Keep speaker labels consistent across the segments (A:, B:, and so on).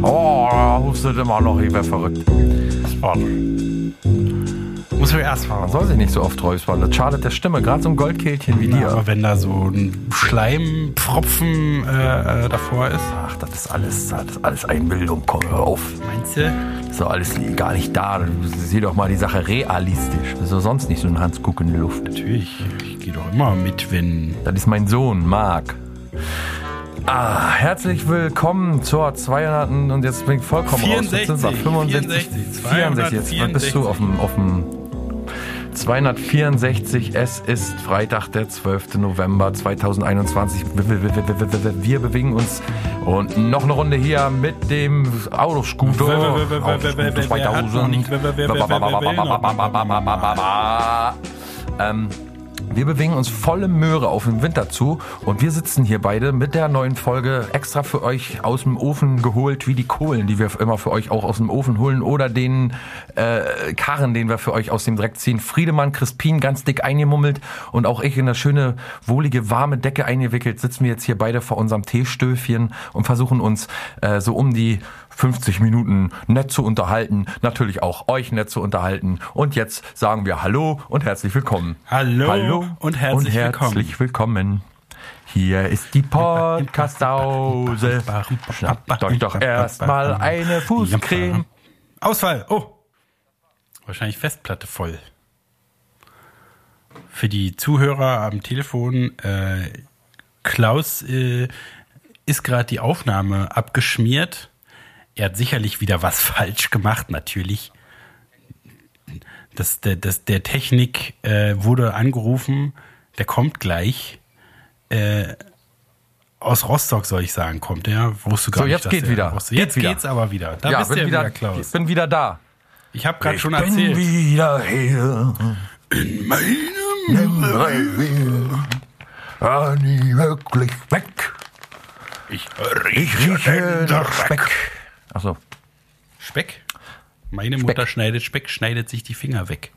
A: glaubst Oh, du immer noch, ich wäre verrückt?
B: Sport. Muss ich erstmal.
A: Man soll sich nicht so oft räuspern. Das schadet der Stimme, gerade so ein Goldkehlchen wie dir.
B: Aber wenn da so ein Schleimpfropfen äh, äh, davor ist.
A: Ach, das ist alles, das ist alles Einbildung. Komm, hör auf.
B: Meinst du?
A: Das ist doch alles gar nicht da. Sieh doch mal die Sache realistisch. Das ist doch sonst nicht so ein Hans Guck in die Luft.
B: Natürlich. Ich gehe doch immer mit, wenn.
A: Das ist mein Sohn, Marc. Ah, herzlich willkommen zur 200. Und jetzt bin ich vollkommen raus. Jetzt sind wir 65. 64. Jetzt bist du auf dem, auf dem 264. Es ist Freitag, der 12. November 2021. Wir, wir, wir, wir bewegen uns. Und noch eine Runde hier mit dem Autoscooter. Autoscooter 2000. Ähm, wir bewegen uns volle Möhre auf den Winter zu und wir sitzen hier beide mit der neuen Folge extra für euch aus dem Ofen geholt, wie die Kohlen, die wir immer für euch auch aus dem Ofen holen oder den äh, Karren, den wir für euch aus dem Dreck ziehen. Friedemann, Crispin ganz dick eingemummelt und auch ich in eine schöne, wohlige, warme Decke eingewickelt, sitzen wir jetzt hier beide vor unserem Teestöfchen und versuchen uns äh, so um die 50 Minuten nett zu unterhalten, natürlich auch euch nett zu unterhalten. Und jetzt sagen wir Hallo und herzlich willkommen.
B: Hallo,
A: Hallo
B: und herzlich
A: und herzlich willkommen. Hier ist die Podcasthause. Schnappt euch doch erstmal eine Fußcreme.
B: Ausfall. Oh. Wahrscheinlich Festplatte voll. Für die Zuhörer am Telefon, äh, Klaus äh, ist gerade die Aufnahme abgeschmiert. Er hat sicherlich wieder was falsch gemacht, natürlich. Das, der, das, der Technik äh, wurde angerufen, der kommt gleich. Äh, aus Rostock soll ich sagen, kommt er. Wusste gar
A: So,
B: nicht,
A: jetzt
B: dass
A: geht
B: er
A: wieder.
B: in Rostock-
A: Geht
B: Jetzt
A: wieder.
B: geht's aber wieder. Da
A: Ja,
B: bist du
A: bin
B: ja wieder,
A: wieder,
B: Klaus.
A: bin wieder da.
B: Ich habe gerade schon
A: bin
B: erzählt.
A: wieder hier. In meinem war nie wirklich weg.
B: Ich
A: Ich rieche nach Speck. Achso.
B: Speck? Meine Mutter schneidet Speck, schneidet sich die Finger weg.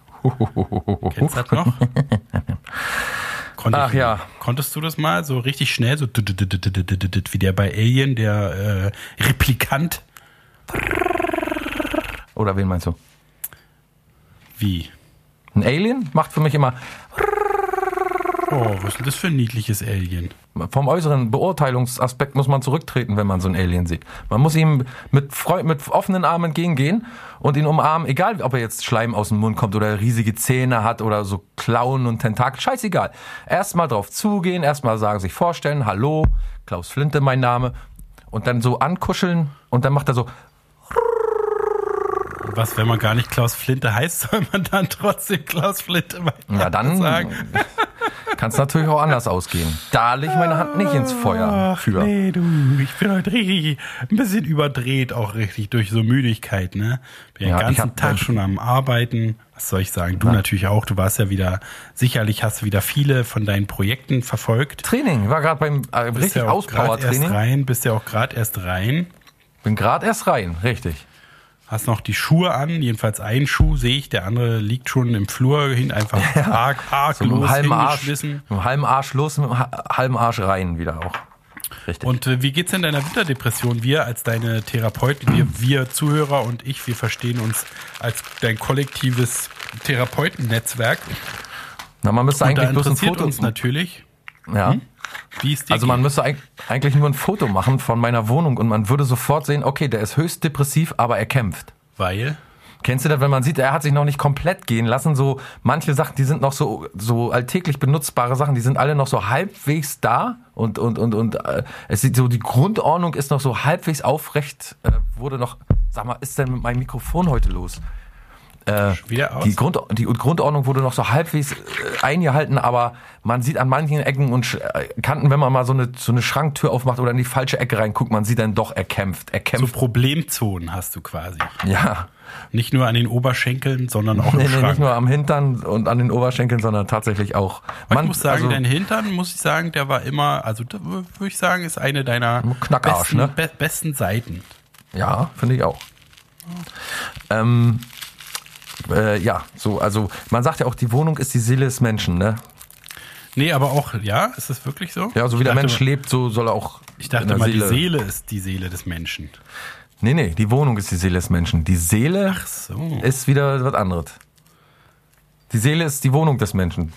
B: Kennst du das noch? Konntest
A: Ach
B: du,
A: ja.
B: Konntest du das mal so richtig schnell, so dü- dü- dü- dü- dü- dü- dü- dü- dü- wie der bei Alien, der äh, Replikant?
A: Oder wen meinst du?
B: Wie?
A: Ein Alien macht für mich immer
B: Oh, was ist denn das für ein niedliches Alien?
A: vom äußeren Beurteilungsaspekt muss man zurücktreten, wenn man so einen Alien sieht. Man muss ihm mit, Freu mit offenen Armen entgegengehen und ihn umarmen, egal ob er jetzt Schleim aus dem Mund kommt oder riesige Zähne hat oder so Klauen und Tentakel, scheißegal. Erstmal drauf zugehen, erstmal sagen, sich vorstellen, hallo, Klaus Flinte mein Name und dann so ankuscheln und dann macht er so
B: Was, wenn man gar nicht Klaus Flinte heißt, soll man dann trotzdem Klaus Flinte
A: Ja, dann
B: sagen?
A: kann es natürlich auch anders ausgehen. Da leg ich meine Hand nicht ins Feuer
B: Ach,
A: für.
B: nee, du, ich bin heute richtig ein bisschen überdreht, auch richtig durch so Müdigkeit, ne? Bin ja,
A: Ja,
B: den
A: ich
B: ganzen
A: hab-
B: Tag schon am Arbeiten. Was soll ich sagen? Du natürlich auch, du warst ja wieder, sicherlich hast du wieder viele von deinen Projekten verfolgt.
A: Training, war gerade beim äh,
B: Bist
A: richtig
B: ja auch gerade erst
A: Auspower-Training.
B: rein, bist ja auch gerade erst rein.
A: Bin gerade erst rein, richtig.
B: Hast noch die Schuhe an, jedenfalls einen Schuh sehe ich, der andere liegt schon im Flur hin, einfach arg, arg
A: So mit einem halben Arsch,
B: hingeschmissen.
A: mit einem halben Arsch los, mit einem ha- halben Arsch rein wieder auch. Richtig.
B: Und äh, wie geht's denn deiner Winterdepression? Wir als deine Therapeuten, wir, wir Zuhörer und ich, wir verstehen uns als dein kollektives Therapeutennetzwerk.
A: Na, man müsste
B: Und da
A: eigentlich bloß ein
B: interessiert
A: Foto.
B: uns Hm? natürlich,
A: ja.
B: wie es dir
A: um. Also man
B: geht.
A: müsste eig- eigentlich nur ein Foto machen von meiner Wohnung und man würde sofort sehen, okay, der ist höchst depressiv, aber er kämpft.
B: weil
A: Kennst du das, wenn man sieht, er hat sich noch nicht komplett gehen lassen? So manche Sachen, die sind noch so so alltäglich benutzbare Sachen, die sind alle noch so halbwegs da und und und und äh, es sieht so die Grundordnung ist noch so halbwegs aufrecht. Äh, wurde noch, sag mal, ist denn mit meinem Mikrofon heute los? Äh,
B: wieder aus.
A: die, Grund, die Grundordnung wurde noch so halbwegs äh, eingehalten, aber man sieht an manchen Ecken und Sch äh, Kanten, wenn man mal so eine, so eine Schranktür aufmacht oder in die falsche Ecke reinguckt, man sieht dann doch, er kämpft. Er
B: So
A: kämpft.
B: Problemzonen hast du quasi.
A: ja.
B: Nicht nur an den Oberschenkeln, sondern auch
A: Nee,
B: im
A: nee,
B: Schrank.
A: nicht nur am Hintern und an den Oberschenkeln, sondern tatsächlich auch.
B: ich
A: Man
B: muss sagen,
A: also,
B: dein Hintern, muss ich sagen, der war immer, also da wür- würde ich sagen, ist eine deiner
A: Knackarsch,
B: besten,
A: ne?
B: be besten Seiten.
A: ja, finde ich auch. Ähm, äh, ja, so, also man sagt ja auch, die Wohnung ist die Seele des Menschen, ne?
B: Nee, aber auch, ja, ist das wirklich so?
A: Ja, so wie
B: Ich
A: der
B: dachte-
A: Mensch lebt, so soll er auch.
B: Ich dachte mal, die Seele ist die Seele des Menschen.
A: Nee, nee, die Wohnung ist die Seele des Menschen. Die Seele
B: Ach so.
A: ist wieder was anderes. Die Seele ist die Wohnung des Menschen.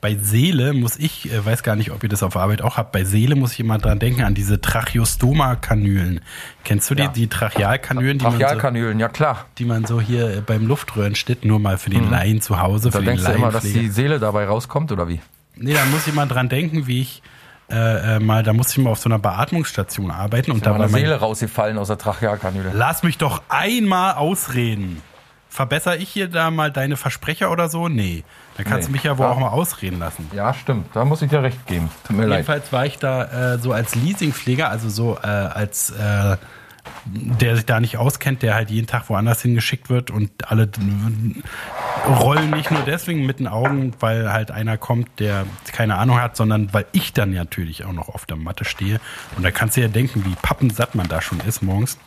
B: Bei Seele muss ich, äh, weiß gar nicht, ob ihr das auf Arbeit auch habt, bei Seele muss ich immer dran denken, an diese Tracheostoma-Kanülen. Kennst du die,
A: Ja.
B: die Trachealkanülen, die, man so,
A: Brachialkanülen, ja klar.
B: die man so hier äh, beim Luftröhrenschnitt nur mal für den Laien zu Hause,
A: Mhm. Da
B: für den
A: denkst du immer, dass
B: Laienpfleger-
A: die Seele dabei rauskommt, oder wie?
B: Nee, da muss ich mal dran denken, wie ich äh, äh, mal, da muss ich mal auf so einer Beatmungsstation arbeiten und
A: Da
B: da war
A: war
B: mein,
A: Seele rausgefallen aus der Trachealkanüle.
B: Lass mich doch einmal ausreden. Verbessere ich hier da mal deine Versprecher oder so? Nee. Da kannst
A: Nee.
B: du mich ja wohl
A: Ja.
B: auch mal ausreden lassen.
A: Ja, stimmt. Da muss ich dir recht geben. Tut mir leid.
B: Jedenfalls war ich da äh, so als Leasingpfleger, also so äh, als äh, der sich da nicht auskennt, der halt jeden Tag woanders hingeschickt wird und alle rollen nicht nur deswegen mit den Augen, weil halt einer kommt, der keine Ahnung hat, sondern weil ich dann natürlich auch noch auf der Matte stehe. Und da kannst du ja denken, wie pappensatt man da schon ist morgens.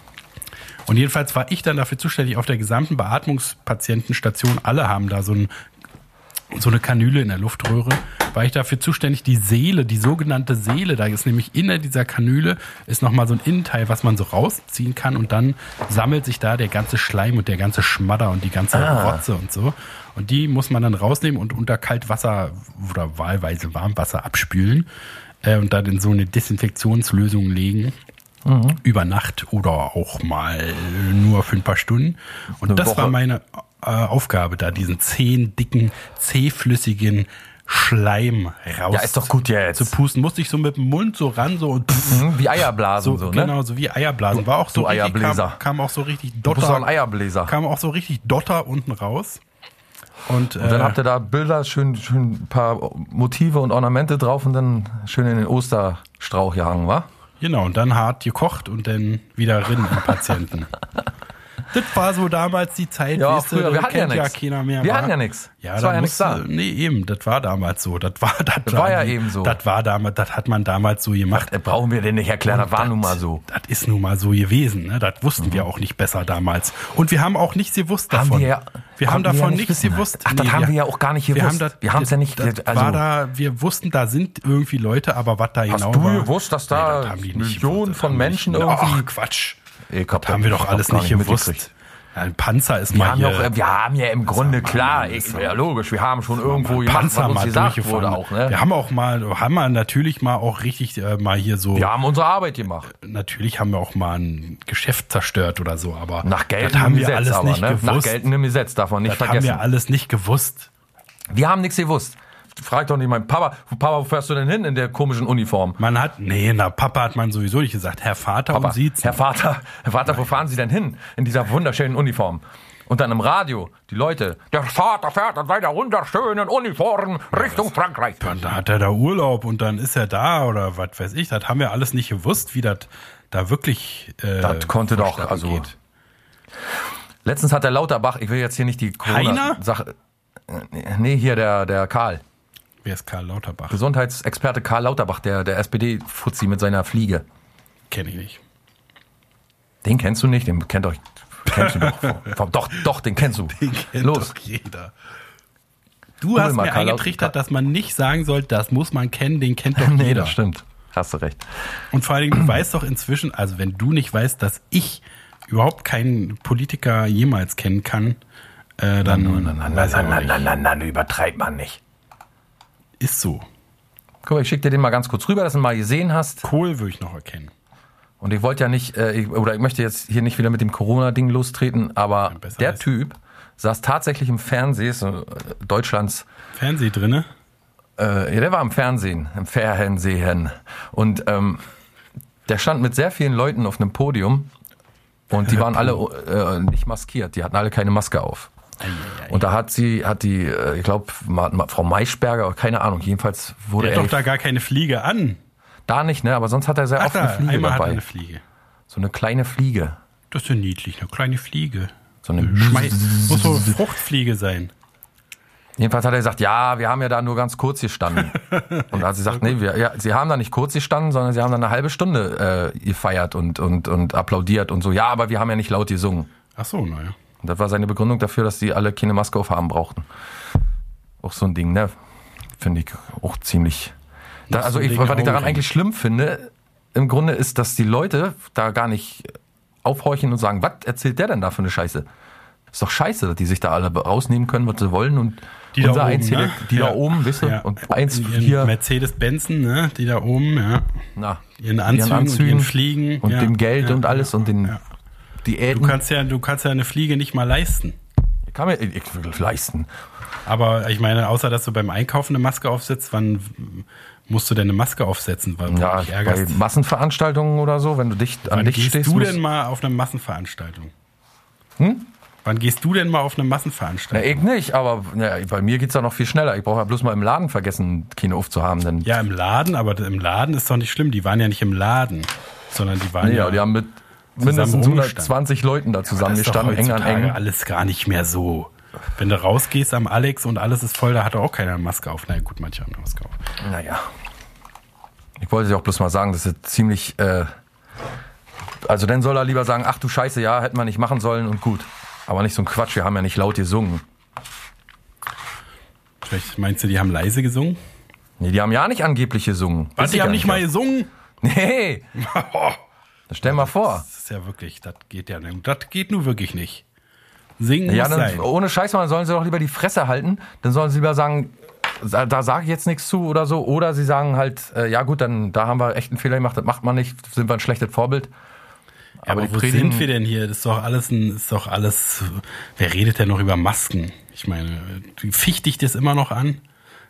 B: Und jedenfalls war ich dann dafür zuständig auf der gesamten Beatmungspatientenstation. Alle haben da so ein so eine Kanüle in der Luftröhre, war ich dafür zuständig, die Seele, die sogenannte Seele, da ist nämlich in dieser Kanüle ist nochmal so ein Innenteil, was man so rausziehen kann und dann sammelt sich da der ganze Schleim und der ganze Schmadder und die ganze
A: Ah.
B: Rotze und so. Und die muss man dann rausnehmen und unter Kaltwasser oder wahlweise Warmwasser abspülen äh, und dann in so eine Desinfektionslösung legen.
A: Mhm.
B: Über Nacht oder auch mal nur für ein paar Stunden. Und
A: Eine
B: das war
A: Woche.
B: meine äh, Aufgabe, da diesen zähen, dicken, zähflüssigen Schleim raus
A: Ja, ist doch gut
B: zu
A: jetzt.
B: pusten. Musste ich so mit dem Mund so ran, so und pff,
A: Hm, Wie Eierblasen,
B: so,
A: so, ne?
B: genau, so wie Eierblasen. War auch so
A: du
B: richtig,
A: Eierbläser.
B: Kam, kam auch so richtig
A: Du bist doch ein
B: Dotter,
A: Eierbläser.
B: kam auch so richtig Dotter unten raus. Und,
A: Und dann
B: äh,
A: habt ihr da Bilder, schön, schön ein paar Motive und Ornamente drauf und dann schön in den Osterstrauch jagen, wa?
B: Genau, und dann hart gekocht und dann wieder rinnen im Patienten. das war so damals die Zeit,
A: Ja,
B: weißt du,
A: früher, wir
B: das
A: hatten ja
B: kennt
A: nix.
B: keiner mehr.
A: Wir
B: wa?
A: hatten ja nix.
B: Ja,
A: Es
B: da
A: war ja nix
B: musste,
A: da.
B: Nee, eben, das war damals so. Das war, das
A: war ja eben so.
B: Das war damals, das hat man damals so gemacht.
A: Das brauchen wir denn nicht erklären, das war nun mal so.
B: Das ist nun mal so gewesen, ne? Das wussten wir auch nicht besser damals. Und wir haben auch nichts gewusst davon.
A: Mhm. Haben wir, ja,
B: wir haben
A: konnten wir
B: davon
A: ja nicht
B: nichts
A: wissen.
B: gewusst.
A: Ach, das haben wir ja auch gar nicht gewusst. Wir haben's ja nicht-
B: Das
A: also-
B: war da, wir wussten, da sind irgendwie Leute, aber was da
A: Hast
B: genau
A: du
B: war.
A: gewusst, dass
B: Nee, das
A: da
B: haben die nicht
A: Millionen
B: gewusst.
A: von
B: Das haben die
A: Menschen
B: nicht-
A: irgendwie...
B: Ach, Quatsch.
A: Ich hab
B: Haben wir doch
A: ich
B: alles
A: gar
B: nicht
A: mitgekriegt.
B: gewusst. Ja, Ein Panzer ist
A: Wir
B: mal
A: haben,
B: hier.
A: doch, wir haben ja im Grunde,
B: mal
A: klar,
B: ein-
A: ich, ja logisch, wir haben schon
B: mal
A: irgendwo jemanden,
B: Panzer
A: was uns
B: mal
A: gesagt
B: durchgefahren.
A: wurde auch, ne?
B: Wir haben auch mal, haben wir natürlich mal auch richtig äh, mal hier so,
A: Wir haben unsere Arbeit gemacht.
B: natürlich haben wir auch mal ein Geschäft zerstört oder so, aber
A: Nach
B: das
A: geltendem
B: haben wir
A: Gesetz
B: alles
A: aber,
B: nicht
A: ne? Nach
B: gewusst.
A: geltendem Gesetz darf man nicht
B: das haben
A: vergessen.
B: wir alles nicht gewusst.
A: Wir haben nichts gewusst. Frag doch nicht meinen Papa, Papa, wo fährst du denn hin in der komischen Uniform?
B: Man hat, nee, na Papa hat man sowieso nicht gesagt, Herr Vater um
A: Papa,
B: und sieht's.
A: Herr Vater, Herr Vater, wo fahren Sie denn hin in dieser wunderschönen Uniform? Und dann im Radio, die Leute, der Vater fährt in seiner wunderschönen Uniform Richtung Frankreich.
B: und da hat er da Urlaub und dann ist er da oder was weiß ich. Das haben wir alles nicht gewusst, wie das da wirklich. Äh,
A: Das konnte doch,
B: vonstatten
A: also- Letztens hat der Lauterbach, ich will jetzt hier nicht die Corona-Sache... Äh, Nee, hier der, der Karl.
B: Wer ist Karl Lauterbach?
A: Gesundheitsexperte Karl Lauterbach, der, der SPD-Fuzzi mit seiner Fliege.
B: Kenne ich nicht.
A: Den kennst du nicht, den kennt euch. Kennst du doch, vom- doch, doch, den kennst du.
B: Kennt
A: Los.
B: doch jeder. Du
A: Google
B: hast
A: mal
B: mir
A: Karl
B: eingetrichtert,
A: Lauterbach.
B: dass man nicht sagen soll, das muss man kennen, den kennt doch
A: Nee,
B: jeder.
A: das stimmt. Hast du recht.
B: Und vor allen Dingen, du weißt doch inzwischen, also wenn du nicht weißt, dass ich überhaupt keinen Politiker jemals kennen kann, äh, dann weiß ich auch nicht.
A: na, na, übertreibt man nicht.
B: ist so.
A: Guck mal, ich schick dir den mal ganz kurz rüber, dass du ihn mal gesehen hast.
B: Kohl würde ich noch erkennen.
A: Und ich wollte ja nicht, äh, ich, oder ich möchte jetzt hier nicht wieder mit dem Corona-Ding lostreten, aber
B: besser
A: der
B: ist-
A: Typ saß tatsächlich im Fernsehen, so, äh, Deutschlands
B: Fernseh drinne?
A: äh, ja, der war im Fernsehen, im Fernsehen. Und ähm, der stand mit sehr vielen Leuten auf einem Podium und die waren alle äh, nicht maskiert, die hatten alle keine Maske auf. Und da hat sie, hat die, äh, ich glaube, Frau Maischberger, oder keine Ahnung, jedenfalls wurde
B: Der
A: er
B: hat doch da gar keine Fliege an.
A: da nicht, ne? Aber sonst hat er sehr
B: Ach
A: oft eine
B: da,
A: Fliege
B: einmal hat er
A: dabei.
B: eine Fliege.
A: so eine kleine Fliege.
B: Das ist ja niedlich, eine kleine Fliege.
A: So eine
B: Schmeiß, muss so eine Fruchtfliege sein.
A: Jedenfalls hat er gesagt, ja, wir haben ja da nur ganz kurz gestanden. Und als sie sagt, nee, wir, ja, sie haben da nicht kurz gestanden, sondern sie haben da eine halbe Stunde äh, gefeiert und, und, und applaudiert und so. Ja, aber wir haben ja nicht laut gesungen.
B: Ach so, naja.
A: Und das war seine Begründung dafür, dass die alle keine Maske aufhaben brauchten. Auch so ein Ding, ne? Finde ich auch ziemlich. Da,
B: Ach,
A: also
B: so
A: ich,
B: wegen
A: was ich daran
B: Augen.
A: eigentlich schlimm finde, im Grunde ist, dass die Leute da gar nicht aufhorchen und sagen, was erzählt der denn da für eine Scheiße? Ist doch scheiße, dass die sich da alle rausnehmen können, was sie wollen und
B: Die da
A: unser
B: oben,
A: eins hier,
B: ne?
A: die
B: Ja.
A: da oben, weißt du,
B: Ja.
A: und eins
B: Ihren
A: hier,
B: Mercedes-Benzen, ne? die da oben, ja.
A: na,
B: Ihren Anzügen, und ihren Fliegen.
A: und
B: ja.
A: dem Geld
B: ja.
A: und alles und den
B: Ja.
A: Diäten.
B: Du kannst, ja, du kannst ja eine Fliege nicht mal leisten.
A: kann mir ich will leisten.
B: Aber ich meine, außer dass du beim Einkaufen eine Maske aufsetzt, wann musst du denn eine Maske aufsetzen? Weil du
A: Ja,
B: dich
A: bei
B: ärgerst.
A: Massenveranstaltungen oder so, wenn du dicht an
B: Wann
A: dich
B: gehst
A: stehst.
B: du
A: musst-
B: denn mal auf eine Massenveranstaltung? Hm? Wann gehst du denn mal auf eine
A: Na,
B: Massenveranstaltung?
A: ich nicht, aber na, bei mir geht's ja noch viel schneller. Ich brauche ja bloß mal im Laden vergessen, Kino aufzuhaben. Denn,
B: ja, im Laden, aber im Laden ist doch nicht schlimm. Die waren ja nicht im Laden, sondern die waren
A: ja,
B: ja,
A: die haben mit mindestens
B: rumgestanden.
A: 120 Leuten da
B: Das ist doch
A: zusammengestanden, eng an
B: heutzutage
A: eng.
B: alles gar nicht mehr so. Wenn du rausgehst am Alex und alles ist voll, da hat auch keiner eine Maske auf. Na ja, gut, manche haben eine Maske auf.
A: Naja. Ich wollte dir auch bloß mal sagen, das ist ziemlich. Äh, also, dann soll er lieber sagen: Ach du Scheiße, ja, hätten wir nicht machen sollen und gut. Aber nicht so ein Quatsch, wir haben ja nicht laut gesungen.
B: Vielleicht meinst du, die haben leise gesungen?
A: Nee, die haben ja nicht angeblich gesungen.
B: Was,
A: Weiß ich
B: die haben
A: gar
B: nicht mal gesungen?
A: Nee, stell mal vor.
B: Das ist ja wirklich, das geht ja nicht. Das geht nur wirklich nicht. Singen
A: Ja, ne, oh,
B: muss
A: dann,
B: sein.
A: ohne Scheiß, man sollen sie doch lieber die Fresse halten. Dann sollen sie lieber sagen, da, da sage ich jetzt nichts zu oder so. Oder sie sagen halt, äh, ja gut, dann da haben wir echt einen Fehler gemacht, das macht man nicht, sind wir ein schlechtes Vorbild.
B: Ja, aber
A: die
B: wo
A: predigen-
B: sind wir denn hier? Das ist doch alles ein, ist doch alles. Wer redet denn noch über Masken? Ich meine, ficht dich das immer noch an?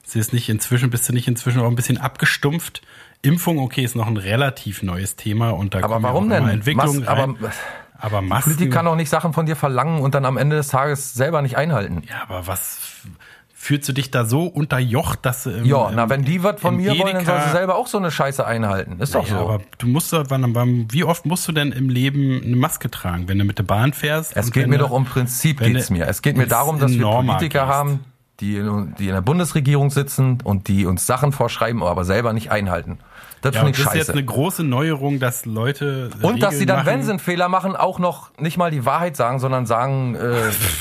B: Ist das nicht inzwischen, bist du nicht inzwischen auch ein bisschen abgestumpft? Impfung, okay, ist noch ein relativ neues Thema und da
A: Aber
B: kommen ja
A: warum
B: auch immer
A: denn?
B: Entwicklungen
A: Mas-
B: rein.
A: aber-
B: aber Masken.
A: Politik kann doch nicht Sachen von dir verlangen und dann am Ende des Tages selber nicht einhalten.
B: ja, aber was f- fühlst du dich da so unterjocht, dass du im,
A: Ja,
B: im-
A: na, wenn die was von
B: im
A: mir wollen, dann sollen
B: Edeka-
A: sie selber auch so eine Scheiße einhalten. Ist doch
B: Ja,
A: so.
B: aber du musst doch, wann, wann, wie oft musst du denn im Leben eine Maske tragen, wenn du mit der Bahn fährst?
A: Es
B: und
A: geht
B: wenn
A: mir
B: du-
A: doch um Prinzip,
B: wenn
A: geht's
B: du
A: mir. Es geht mir
B: ins-
A: darum, dass
B: in
A: wir
B: Normarkt
A: Politiker
B: gehst.
A: haben, die in, die in der Bundesregierung sitzen und die uns Sachen vorschreiben, aber selber nicht einhalten. Das
B: Ja,
A: finde
B: und
A: ich
B: das ist
A: scheiße.
B: jetzt eine große Neuerung, dass Leute.
A: Und dass
B: Regeln
A: sie dann,
B: machen,
A: wenn sie einen Fehler machen, auch noch nicht mal die Wahrheit sagen, sondern sagen, äh,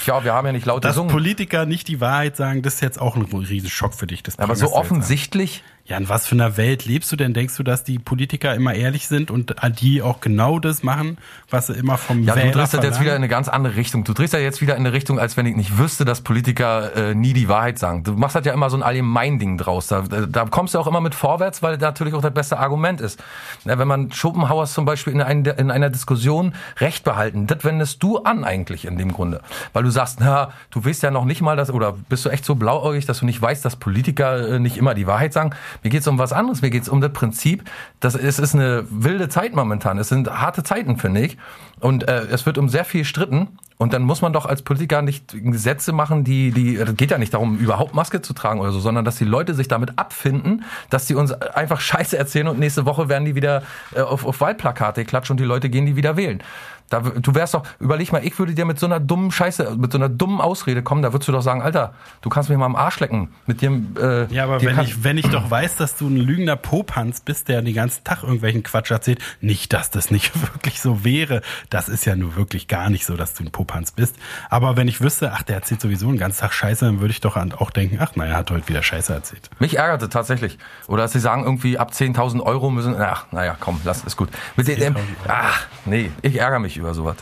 A: ja, wir haben ja nicht laut
B: Dass
A: gesungen.
B: Politiker nicht die Wahrheit sagen, das ist jetzt auch ein Riesenschock für dich. Das
A: Aber so
B: prangerst du jetzt an.
A: offensichtlich,
B: Ja, in was für einer Welt lebst du denn? Denkst du, dass die Politiker immer ehrlich sind und die auch genau das machen, was sie immer vom
A: ja, du
B: Wähler
A: drehst das jetzt
B: verlangen?
A: wieder in eine ganz andere Richtung. Du drehst das jetzt wieder in eine Richtung, als wenn ich nicht wüsste, dass Politiker äh, nie die Wahrheit sagen. Du machst das ja immer so ein Allgemeinding draus. Da, da kommst du auch immer mit vorwärts, weil das natürlich auch das beste Argument ist. Na, wenn man Schopenhauers zum Beispiel in, ein, in einer Diskussion Recht behalten, das wendest du an eigentlich in dem Grunde. Weil du sagst, na, du weißt ja noch nicht mal, dass, oder bist du echt so blauäugig, dass du nicht weißt, dass Politiker äh, nicht immer die Wahrheit sagen. Mir geht's um was anderes. Mir geht's um das Prinzip. Das ist, ist eine wilde Zeit momentan. Es sind harte Zeiten, finde ich. Und äh, es wird um sehr viel stritten. Und dann muss man doch als Politiker nicht Gesetze machen, die, die, das geht ja nicht darum, überhaupt Maske zu tragen oder so, sondern dass die Leute sich damit abfinden, dass die uns einfach Scheiße erzählen und nächste Woche werden die wieder äh, auf, auf Wahlplakate klatscht und die Leute gehen die wieder wählen. Da, w- du wärst doch, überleg mal, ich würde dir mit so einer dummen Scheiße, mit so einer dummen Ausrede kommen, da würdest du doch sagen, Alter, du kannst mich mal am Arsch lecken. Mit dem, äh,
B: Ja, aber
A: dir
B: wenn
A: kann-
B: ich, wenn ich doch weiß, dass du ein lügender Popanz bist, der den ganzen Tag irgendwelchen Quatsch erzählt, nicht, dass das nicht wirklich so wäre. Das ist ja nur wirklich gar nicht so, dass du ein Popanz bist. Aber wenn ich wüsste, ach, der erzählt sowieso den ganzen Tag Scheiße, dann würde ich doch an- auch denken, ach, naja, hat heute wieder Scheiße erzählt.
A: Mich ärgerte tatsächlich. Oder dass sie sagen, irgendwie ab 10.000 Euro müssen. Ach, naja, komm, lass, ist gut. Mit dem,
B: 10.000 Euro.
A: ach, nee, ich ärgere mich über sowas.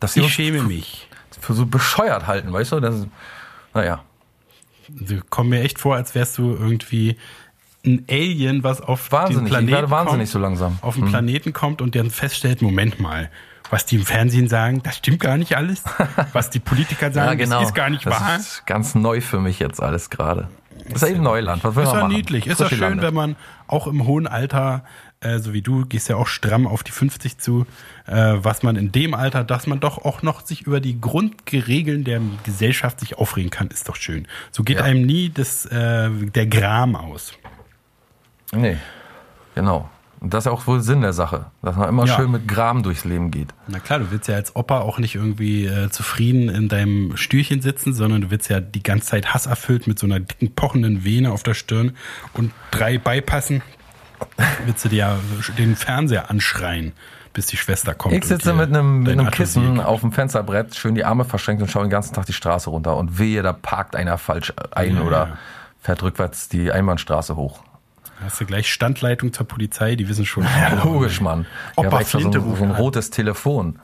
A: Dass sie
B: Ich
A: uns
B: schäme mich.
A: für so bescheuert halten, weißt du? Das, ist- naja.
B: Du kommst mir echt vor, als wärst du irgendwie ein Alien, was auf
A: Wahnsinnig, ich
B: den Planeten
A: werde wahnsinnig
B: kommt,
A: so langsam. Mhm.
B: auf den Planeten kommt und dann feststellt, Moment mal, was die im Fernsehen sagen, das stimmt gar nicht alles. Was die Politiker sagen, das ist gar nicht
A: genau. das
B: wahr.
A: ist ganz neu für mich jetzt alles gerade. Das ist eben Neuland. Was will
B: Ist
A: man
B: ja
A: machen?
B: niedlich. Ist ja
A: Frisch
B: schön,
A: gelandet.
B: wenn man auch im hohen Alter, äh, so wie du, gehst ja auch stramm auf die 50 zu, äh, was man in dem Alter, dass man doch auch noch sich über die Grundregeln der Gesellschaft sich aufregen kann, ist doch schön. So geht
A: Ja.
B: einem nie das, äh, der Gram aus.
A: Nee. Genau. Und das ist auch wohl Sinn der Sache, dass man immer
B: Ja.
A: schön mit Gram durchs Leben geht.
B: Na klar, du willst ja als Opa auch nicht irgendwie äh, zufrieden in deinem Stühlchen sitzen, sondern du willst ja die ganze Zeit hasserfüllt mit so einer dicken, pochenden Vene auf der Stirn und drei beipassen. Willst du dir ja den Fernseher anschreien, bis die Schwester kommt.
A: Ich
B: und
A: sitze
B: dir
A: mit einem, mit
B: dein
A: einem
B: Atelier-
A: Kissen auf dem Fensterbrett, schön die Arme verschränkt und schaue den ganzen Tag die Straße runter. Und wehe, da parkt einer falsch ein
B: Ja,
A: oder
B: ja.
A: fährt rückwärts die Einbahnstraße hoch.
B: Hast du gleich Standleitung zur Polizei, die wissen schon. äh,
A: Ja, logisch, Mann.
B: Opa
A: ja, aber extra so,
B: Flinte
A: ein,
B: ruft
A: so ein
B: an.
A: rotes Telefon.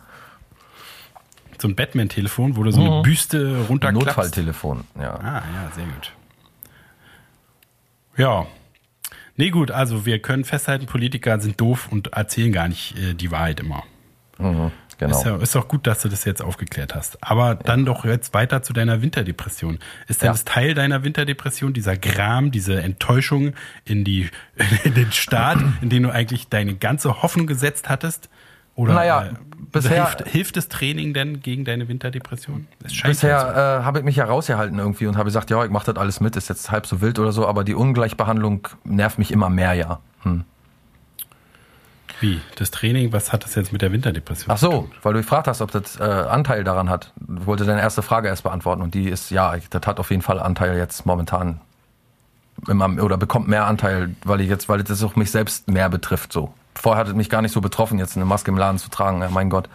B: So ein Batman-Telefon, wo du so eine
A: Mhm.
B: Büste runterklappst.
A: Notfalltelefon, ja.
B: Ah, ja, sehr gut. Ja. Nee, gut, also wir können festhalten, Politiker sind doof und erzählen gar nicht äh, die Wahrheit immer.
A: Mhm, genau.
B: Ist, ja, ist auch gut, dass du das jetzt aufgeklärt hast. Aber dann doch jetzt weiter zu deiner Winterdepression. Ist denn
A: Ja.
B: das Teil deiner Winterdepression, dieser Gram, diese Enttäuschung in, die, in den Staat, in den du eigentlich deine ganze Hoffnung gesetzt hattest? Oder äh,
A: Naja, bisher-
B: hilft, hilft das Training denn gegen deine Winterdepression? Es scheint ja so.
A: Bisher äh, habe ich mich ja rausgehalten irgendwie und habe gesagt, ja, ich mache das alles mit, ist jetzt halb so wild oder so, aber die Ungleichbehandlung nervt mich immer mehr, ja. Hm.
B: Wie? Das Training, was hat das jetzt mit der Winterdepression?
A: Ach so, weil du gefragt hast, ob das äh, Anteil daran hat. Ich wollte deine erste Frage erst beantworten und die ist, ja, ich, das hat auf jeden Fall Anteil jetzt momentan immer, oder bekommt mehr Anteil, weil ich jetzt, weil das auch mich selbst mehr betrifft so. Vorher hat es mich gar nicht so betroffen, jetzt eine Maske im Laden zu tragen, ja, mein Gott.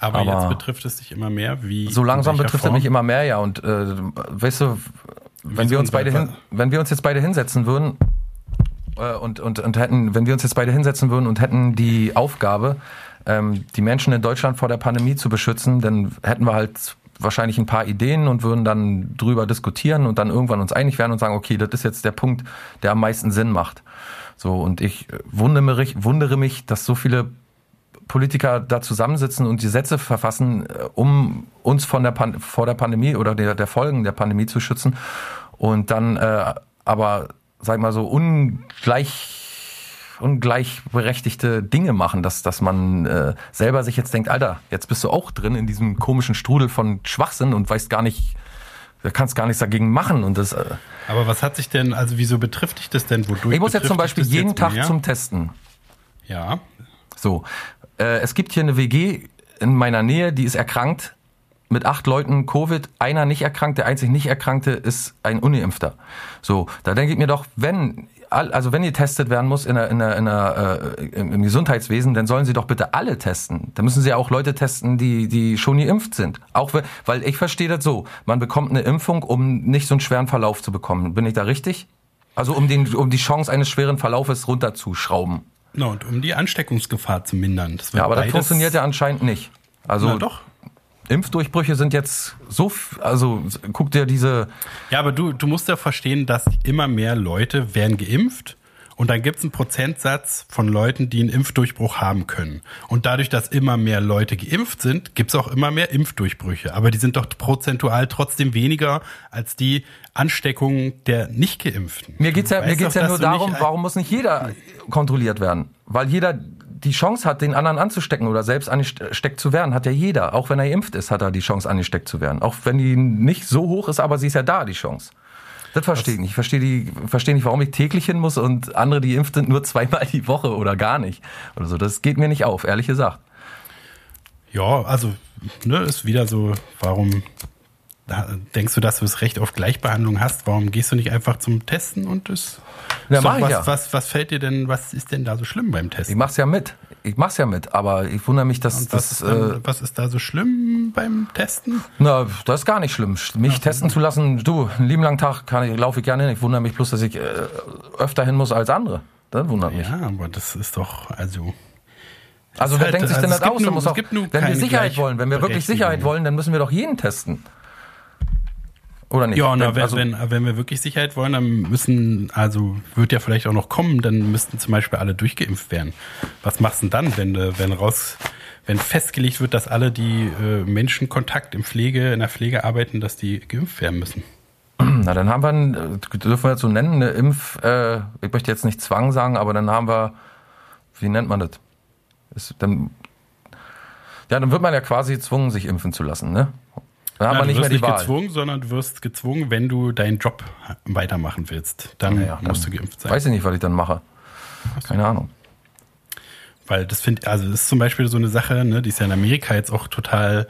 B: Aber, jetzt
A: aber-
B: betrifft es dich immer mehr. Wie,
A: So langsam
B: in welcher
A: betrifft
B: Form?
A: es mich immer mehr, ja. Und äh, weißt du, wenn
B: Wieso
A: wir uns
B: und
A: beide
B: was-
A: hin, wenn wir uns jetzt beide hinsetzen würden äh, und, und, und hätten, wenn wir uns jetzt beide hinsetzen würden und hätten die Aufgabe, ähm, die Menschen in Deutschland vor der Pandemie zu beschützen, dann hätten wir halt wahrscheinlich ein paar Ideen und würden dann drüber diskutieren und dann irgendwann uns einig werden und sagen, okay, das ist jetzt der Punkt, der am meisten Sinn macht. So, und ich äh, wundere mich, wundere mich, dass so viele Politiker da zusammensitzen und die Sätze verfassen, äh, um uns von der Pan vor der Pandemie oder der, der Folgen der Pandemie zu schützen und dann äh, aber sag ich mal so ungleich ungleichberechtigte Dinge machen, dass dass man äh, selber sich jetzt denkt, Alter, jetzt bist du auch drin in diesem komischen Strudel von Schwachsinn und weißt gar nicht, kannst gar nichts dagegen machen und das äh,
B: Aber was hat sich denn, also wieso betrifft dich das denn? Wodurch
A: ich muss jetzt
B: betrifft
A: zum
B: dich
A: Beispiel
B: das
A: jeden
B: jetzt
A: Tag
B: mehr?
A: zum Testen.
B: Ja,
A: So, äh, es gibt hier eine WG in meiner Nähe, die ist erkrankt mit acht Leuten Covid, einer nicht erkrankt, der einzig nicht erkrankte ist ein Ungeimpfter. So, da denke ich mir doch, wenn all- also wenn getestet werden muss in der, in der, in der, äh, im im Gesundheitswesen, dann sollen sie doch bitte alle testen. Da müssen sie ja auch Leute testen, die die schon geimpft sind. Auch we- weil ich verstehe das so, man bekommt eine Impfung, um nicht so einen schweren Verlauf zu bekommen. Bin ich da richtig? Also um den um die Chance eines schweren Verlaufes runterzuschrauben.
B: na, und um die Ansteckungsgefahr zu mindern. Das wird
A: Ja, aber das
B: beides-
A: funktioniert ja anscheinend nicht. Also
B: Na doch.
A: Impfdurchbrüche sind jetzt so, f- also s- guck dir diese,
B: Ja, aber du, du musst ja verstehen, dass immer mehr Leute werden geimpft und dann gibt es einen Prozentsatz von Leuten, die einen Impfdurchbruch haben können. Und dadurch, dass immer mehr Leute geimpft sind, gibt es auch immer mehr Impfdurchbrüche. Aber die sind doch prozentual trotzdem weniger als die Ansteckungen der Nicht-Geimpften.
A: mir geht's ja,
B: Du
A: mir
B: weißt
A: geht's
B: doch,
A: ja
B: dass
A: nur
B: du nicht
A: darum,
B: ein-
A: warum muss nicht jeder kontrolliert werden? Weil jeder die Chance hat, den anderen anzustecken oder selbst angesteckt zu werden, hat ja jeder. Auch wenn er geimpft ist, hat er die Chance, angesteckt zu werden. Auch wenn die nicht so hoch ist, aber sie ist ja da, die Chance. Das verstehe ich nicht. Ich verstehe, die, verstehe nicht, warum ich täglich hin muss und andere, die geimpft sind, nur zweimal die Woche oder gar nicht. Oder so. Das geht mir nicht auf, ehrlich gesagt.
B: Ja, also, ne, ist wieder so, warum da, denkst du, dass du das Recht auf Gleichbehandlung hast? Warum gehst du nicht einfach zum Testen und das?
A: Ja,
B: ist
A: mach
B: doch
A: ich ja.
B: was, was, was fällt dir denn, was ist denn da so schlimm beim
A: Ich
B: Testen?
A: mach's ja mit. Ich mach's ja mit, aber ich wundere mich, dass
B: Und was,
A: das.
B: ist
A: Äh,
B: denn, was ist da so schlimm beim Testen?
A: na, das ist gar nicht schlimm. Mich testen zu lassen, du, einen lieben langen Tag kann ich, laufe ich gerne hin. Ich wundere mich bloß, dass ich äh, öfter hin muss als andere. Das wundert mich.
B: Ja, aber das ist doch, also,
A: Also wer
B: halt-
A: denkt sich
B: also
A: denn
B: es
A: das
B: gibt
A: aus? Da
B: nur-
A: muss
B: es
A: auch,
B: gibt nur
A: wenn wir
B: keine
A: Sicherheit wollen, wenn wir wirklich
B: Gleichberechtigung.
A: Sicherheit wollen, dann müssen wir doch jeden testen. Oder nicht?
B: ja, na,
A: Wenn- also
B: wenn, wenn, wenn wir wirklich Sicherheit wollen, dann müssen, also wird ja vielleicht auch noch kommen, dann müssten zum Beispiel alle durchgeimpft werden. Was machst du denn dann, wenn, du- wenn raus, wenn festgelegt wird, dass alle, die äh, Menschenkontakt im Pflege, in der Pflege arbeiten, dass die geimpft werden müssen?
A: Na, dann haben wir, ein, äh, dürfen wir das so nennen, eine Impf, äh, ich möchte jetzt nicht Zwang sagen, aber dann haben wir, wie nennt man das? Ist, dann, ja, dann wird man ja quasi gezwungen, sich impfen zu lassen, ne? Dann haben
B: Na,
A: wir nicht
B: du
A: mehr
B: wirst
A: die
B: nicht
A: Wahl.
B: gezwungen, sondern du wirst gezwungen, wenn du deinen Job weitermachen willst. Dann
A: Ja, dann
B: musst du geimpft sein.
A: Weiß ich nicht, was ich dann mache. Keine Ahnung.
B: Weil das finde also das ist zum Beispiel so eine Sache, ne, die ist ja in Amerika jetzt auch total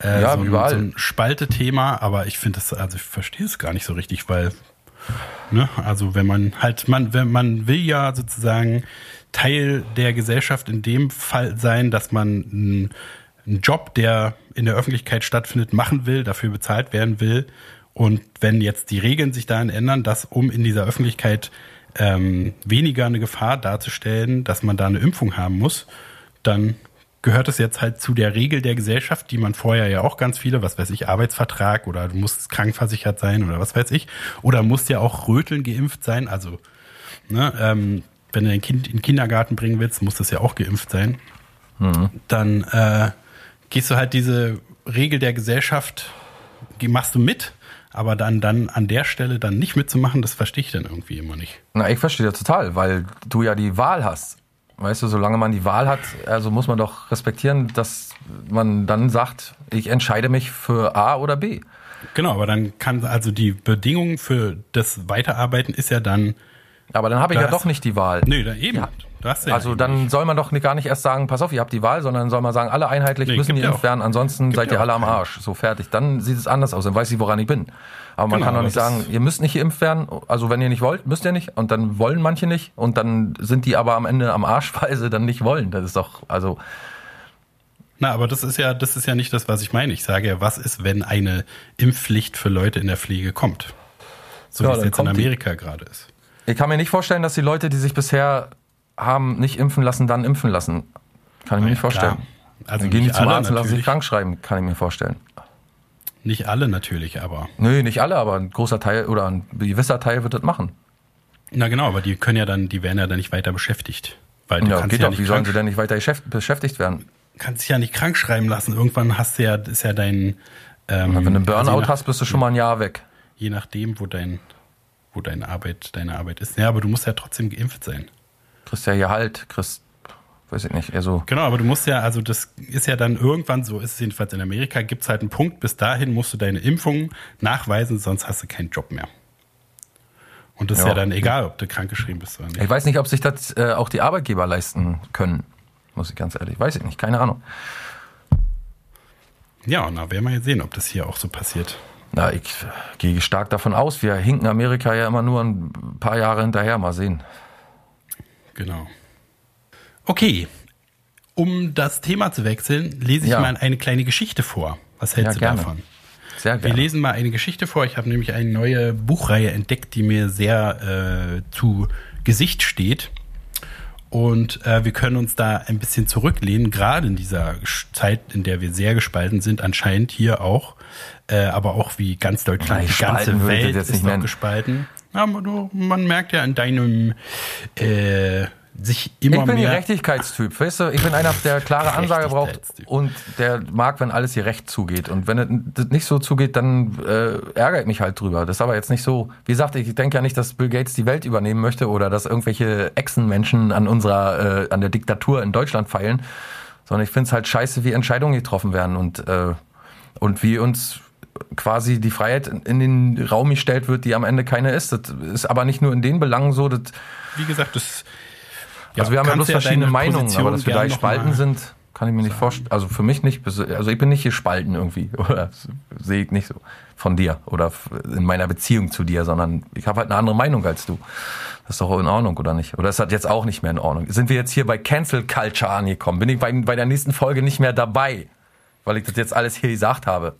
B: äh,
A: Ja,
B: so, ein,
A: überall.
B: so ein Spaltethema, aber ich finde das, also ich verstehe es gar nicht so richtig, weil, ne, also wenn man halt, man, wenn man will ja sozusagen Teil der Gesellschaft in dem Fall sein, dass man einen- einen Job, der in der Öffentlichkeit stattfindet, machen will, dafür bezahlt werden will. Und wenn jetzt die Regeln sich daran ändern, dass um in dieser Öffentlichkeit ähm, weniger eine Gefahr darzustellen, dass man da eine Impfung haben muss, dann gehört es jetzt halt zu der Regel der Gesellschaft, die man vorher ja auch ganz viele, was weiß ich, Arbeitsvertrag oder du musst krankversichert sein oder was weiß ich, oder musst ja auch Röteln geimpft sein, also ne, ähm, wenn du dein Kind in den Kindergarten bringen willst, muss das ja auch geimpft sein. Dann äh, gehst du halt diese Regel der Gesellschaft, die machst du mit, aber dann, dann an der Stelle dann nicht mitzumachen, das verstehe ich dann irgendwie immer nicht.
A: Na, ich verstehe das total, weil du ja die Wahl hast. Weißt du, solange man die Wahl hat, also muss man doch respektieren, dass man dann sagt, ich entscheide mich für A oder B.
B: Genau, aber dann kann also die Bedingung für das Weiterarbeiten ist ja dann,
A: Aber dann habe ich
B: Da
A: ja
B: hast-
A: doch nicht die Wahl.
B: nee, da eben.
A: Ja.
B: Da hast du ja
A: Also
B: eben
A: dann soll man doch gar nicht erst sagen, pass auf, ihr habt die Wahl, sondern soll man sagen, alle einheitlich
B: Nee,
A: müssen
B: gibt ja
A: geimpft
B: auch-
A: werden, ansonsten
B: gibt
A: seid
B: ja
A: ihr alle
B: auch
A: am
B: keinen.
A: Arsch, so fertig. Dann sieht es anders aus, dann weiß ich, woran ich bin. Aber man
B: Genau,
A: kann doch
B: aber
A: nicht
B: das-
A: sagen, ihr müsst nicht geimpft werden, also wenn ihr nicht wollt, müsst ihr nicht und dann wollen manche nicht und dann sind die aber am Ende am Arsch, weil sie dann nicht wollen. Das ist doch, also
B: Na, aber das ist ja, das ist ja nicht das, was ich meine. Ich sage ja, was ist, wenn eine Impfpflicht für Leute in der Pflege kommt? So
A: Ja,
B: wie es
A: dann
B: jetzt in
A: kommt die.
B: Amerika gerade ist.
A: ich kann mir nicht vorstellen, dass die Leute, die sich bisher haben nicht impfen lassen, dann impfen lassen. Kann ich mir nicht vorstellen.
B: Klar. Also
A: Dann gehen die
B: nicht
A: zum
B: alle,
A: Arzt und lassen sich
B: natürlich,
A: krank schreiben, kann ich mir vorstellen.
B: nicht alle natürlich, aber.
A: Nö, nicht alle, aber ein großer Teil oder ein gewisser Teil wird das machen.
B: Na genau, aber die können ja dann, die werden ja dann nicht weiter beschäftigt. Weil du
A: Ja,
B: kannst,
A: geht
B: ja
A: doch.
B: nicht
A: Wie sollen sie
B: krank,
A: denn nicht weiter geschäft- beschäftigt werden?
B: kannst dich ja nicht krank schreiben lassen. Irgendwann hast du ja, ist ja dein.
A: Wenn
B: Ähm,
A: du einen
B: also je
A: Burnout
B: nach-
A: hast, bist du schon mal ein Jahr weg.
B: Je nachdem, wo dein, wo deine Arbeit, deine Arbeit ist. Ja, aber du musst ja trotzdem geimpft sein.
A: Kriegst ja Gehalt, kriegst, weiß ich nicht, eher so.
B: Genau, aber du musst ja, also das ist ja dann irgendwann, so ist es jedenfalls in Amerika, gibt es halt einen Punkt, bis dahin musst du deine Impfung nachweisen, sonst hast du keinen Job mehr. Und das ist
A: Ja.
B: ja dann egal, ob du krankgeschrieben bist oder nicht.
A: Ich weiß nicht, ob sich das äh, auch die Arbeitgeber leisten können. Muss ich ganz ehrlich, weiß ich nicht, keine Ahnung.
B: Ja, na, werden wir jetzt sehen, ob das hier auch so passiert.
A: Na, ich äh, gehe stark davon aus. Wir hinken Amerika ja immer nur ein paar Jahre hinterher. Mal sehen.
B: Genau. Okay, um das Thema zu wechseln, lese ich
A: Ja.
B: mal eine kleine Geschichte vor. Was hältst
A: Ja,
B: du
A: gerne.
B: davon?
A: Sehr
B: Wir
A: gerne.
B: lesen mal eine Geschichte vor. Ich habe nämlich eine neue Buchreihe entdeckt, die mir sehr äh, zu Gesicht steht. Und äh, wir können uns da ein bisschen zurücklehnen, gerade in dieser Sch- Zeit, in der wir sehr gespalten sind, anscheinend hier auch, äh, aber auch wie ganz Deutschland,
A: Nein,
B: die
A: spalten
B: ganze
A: würde ich das
B: Welt
A: jetzt
B: ist
A: nicht
B: noch
A: nennen.
B: gespalten. Ja, aber du, man merkt ja an deinem äh, sich immer
A: Ich bin
B: mehr.
A: Gerechtigkeitstyp, weißt du? Ich bin einer, der klare Ansage braucht
B: Gerechtigkeitstyp.
A: und der mag, wenn alles hier recht zugeht. Und wenn es das nicht so zugeht, dann äh, ärgere ich mich halt drüber. Das ist aber jetzt nicht so. Wie gesagt, ich denke ja nicht, dass Bill Gates die Welt übernehmen möchte oder dass irgendwelche Echsenmenschen an unserer, äh, an der Diktatur in Deutschland feilen, sondern ich finde es halt scheiße, wie Entscheidungen getroffen werden und äh, und wie uns quasi die Freiheit in den Raum gestellt wird, die am Ende keine ist. Das ist aber nicht nur in den Belangen so. Das,
B: Wie gesagt, das.
A: also wir haben ja
B: kannst
A: bloß
B: du
A: verschiedene
B: deine
A: Meinungen,
B: Position
A: aber dass wir
B: gerne
A: da
B: noch mal-
A: gespalten sind, kann ich mir nicht vorstellen. Also für mich nicht, bes- also ich bin nicht gespalten irgendwie oder s- sehe ich nicht so von dir oder f- in meiner Beziehung zu dir, sondern ich habe halt eine andere Meinung als du. Das ist doch in Ordnung, oder nicht? Oder ist das jetzt auch nicht mehr in Ordnung? Sind wir jetzt hier bei Cancel Culture angekommen? Bin ich bei, bei der nächsten Folge nicht mehr dabei, weil ich das jetzt alles hier gesagt habe?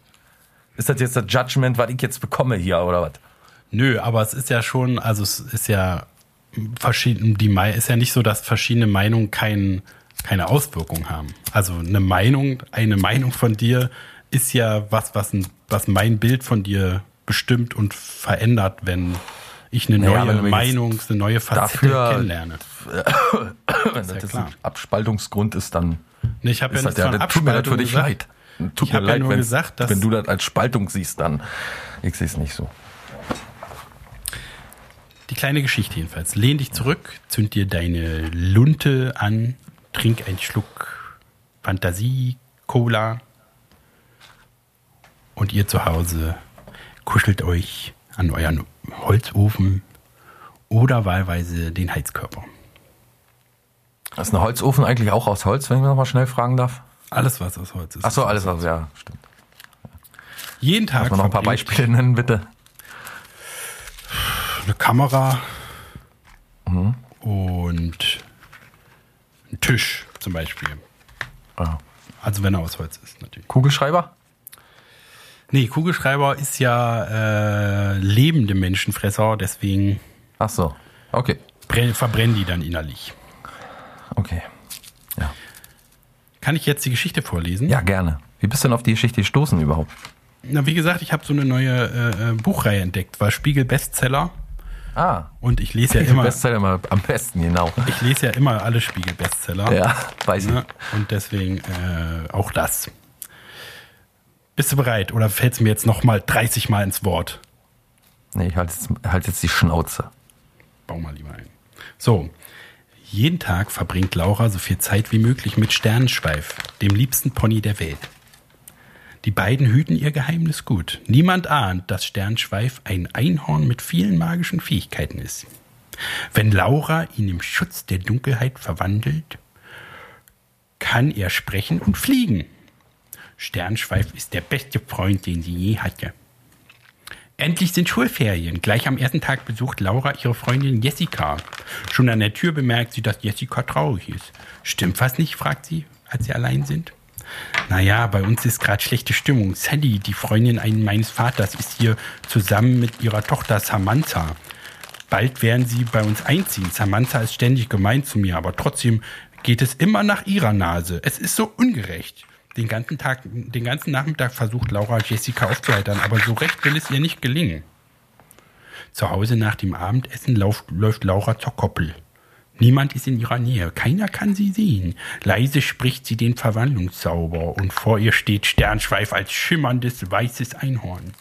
A: Ist das jetzt das Judgment, was ich jetzt bekomme hier oder was?
B: Nö, aber es ist ja schon, also es ist ja verschieden, die Mei- ist ja nicht so, dass verschiedene Meinungen kein, keine Auswirkung haben. Also eine Meinung, eine Meinung von dir ist ja was, was, ein, was mein Bild von dir bestimmt und verändert, wenn ich eine
A: Naja, wenn
B: neue
A: du jetzt
B: Meinung, eine neue Facette
A: dafür-
B: kennenlerne.
A: Wenn das jetzt
B: klar.
A: ein Abspaltungsgrund ist, dann
B: Nee, Ich habe ja
A: Ist das
B: nichts
A: ja,
B: von
A: das tut mir
B: Abspaltung
A: natürlich
B: gesagt.
A: leid. Tut
B: Ich
A: mir
B: hab ja
A: leid,
B: nur
A: wenn,
B: gesagt, dass-
A: wenn du das als Spaltung siehst, dann. Ich sehe es nicht so.
B: Die kleine Geschichte jedenfalls. Lehn dich zurück, zünd dir deine Lunte an, trink einen Schluck Fantasie, Cola. Und ihr zu Hause kuschelt euch an euren Holzofen oder wahlweise den Heizkörper.
A: Ist ein Holzofen eigentlich auch aus Holz, wenn ich noch mal schnell fragen darf?
B: Alles, was aus Holz ist.
A: Ach so, alles aus, ja, stimmt.
B: Jeden Tag.
A: Mal noch ein paar
B: verbringt
A: Beispiele nennen, bitte.
B: Eine Kamera
A: Mhm.
B: und ein Tisch zum Beispiel.
A: Ah,
B: Also, wenn er aus Holz ist, natürlich.
A: Kugelschreiber?
B: Nee, Kugelschreiber ist ja äh, lebende Menschenfresser, deswegen
A: Ach so. Okay,
B: Brenn- Verbrennen die dann innerlich.
A: okay. Ja.
B: Kann ich jetzt die Geschichte vorlesen?
A: ja, gerne. Wie bist du denn auf die Geschichte gestoßen überhaupt?
B: Na, wie gesagt, ich habe so eine neue äh, äh, Buchreihe entdeckt, war Spiegel Bestseller
A: Ah,
B: und ich lese ja
A: die
B: immer,
A: Bestseller immer am besten, genau.
B: ich lese ja immer alle Spiegel Bestseller.
A: Ja, weiß ich.
B: Ne? Und deswegen äh, auch das. Bist du bereit oder fällt es mir jetzt nochmal 30 Mal ins Wort?
A: Nee, ich halte jetzt, halt jetzt die Schnauze.
B: Bau mal lieber ein. So. Jeden Tag verbringt Laura so viel Zeit wie möglich mit Sternenschweif, dem liebsten Pony der Welt. Die beiden hüten ihr Geheimnis gut. Niemand ahnt, dass Sternschweif ein Einhorn mit vielen magischen Fähigkeiten ist. Wenn Laura ihn im Schutz der Dunkelheit verwandelt, kann er sprechen und fliegen. Sternschweif ist der beste Freund, den sie je hatte. Endlich sind Schulferien. Gleich am ersten Tag besucht Laura ihre Freundin Jessica. Schon an der Tür bemerkt sie, dass Jessica traurig ist. Stimmt was nicht? fragt sie, als sie allein sind. Naja, bei uns ist gerade schlechte Stimmung. Sally, die Freundin ein- meines Vaters, ist hier zusammen mit ihrer Tochter Samantha. Bald werden sie bei uns einziehen. Samantha ist ständig gemein zu mir, aber trotzdem geht es immer nach ihrer Nase. Es ist so ungerecht. Den ganzen Tag, den ganzen Nachmittag versucht Laura Jessica aufzuheitern, aber so recht will es ihr nicht gelingen. Zu Hause nach dem Abendessen lauf, läuft Laura zur Koppel. Niemand ist in ihrer Nähe, keiner kann sie sehen. Leise spricht sie den Verwandlungszauber und vor ihr steht Sternschweif als schimmerndes weißes Einhorn.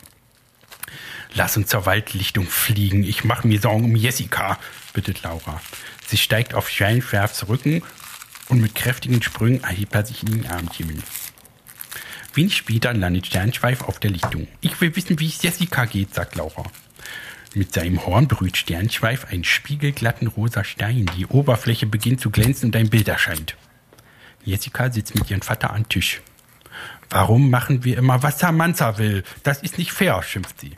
B: Lass uns zur Waldlichtung fliegen. Ich mache mir Sorgen um Jessica, bittet Laura. Sie steigt auf Schweinschwerfs Rücken und mit kräftigen Sprüngen erhebt er sich in den Abendhimmel. Wenig später landet Sternschweif auf der Lichtung. Ich will wissen, wie es Jessica geht, sagt Laura. Mit seinem Horn berührt Sternschweif einen spiegelglatten rosa Stein. Die Oberfläche beginnt zu glänzen und ein Bild erscheint. Jessica sitzt mit ihrem Vater am Tisch. Warum machen wir immer, was Samantha will? Das ist nicht fair, schimpft sie.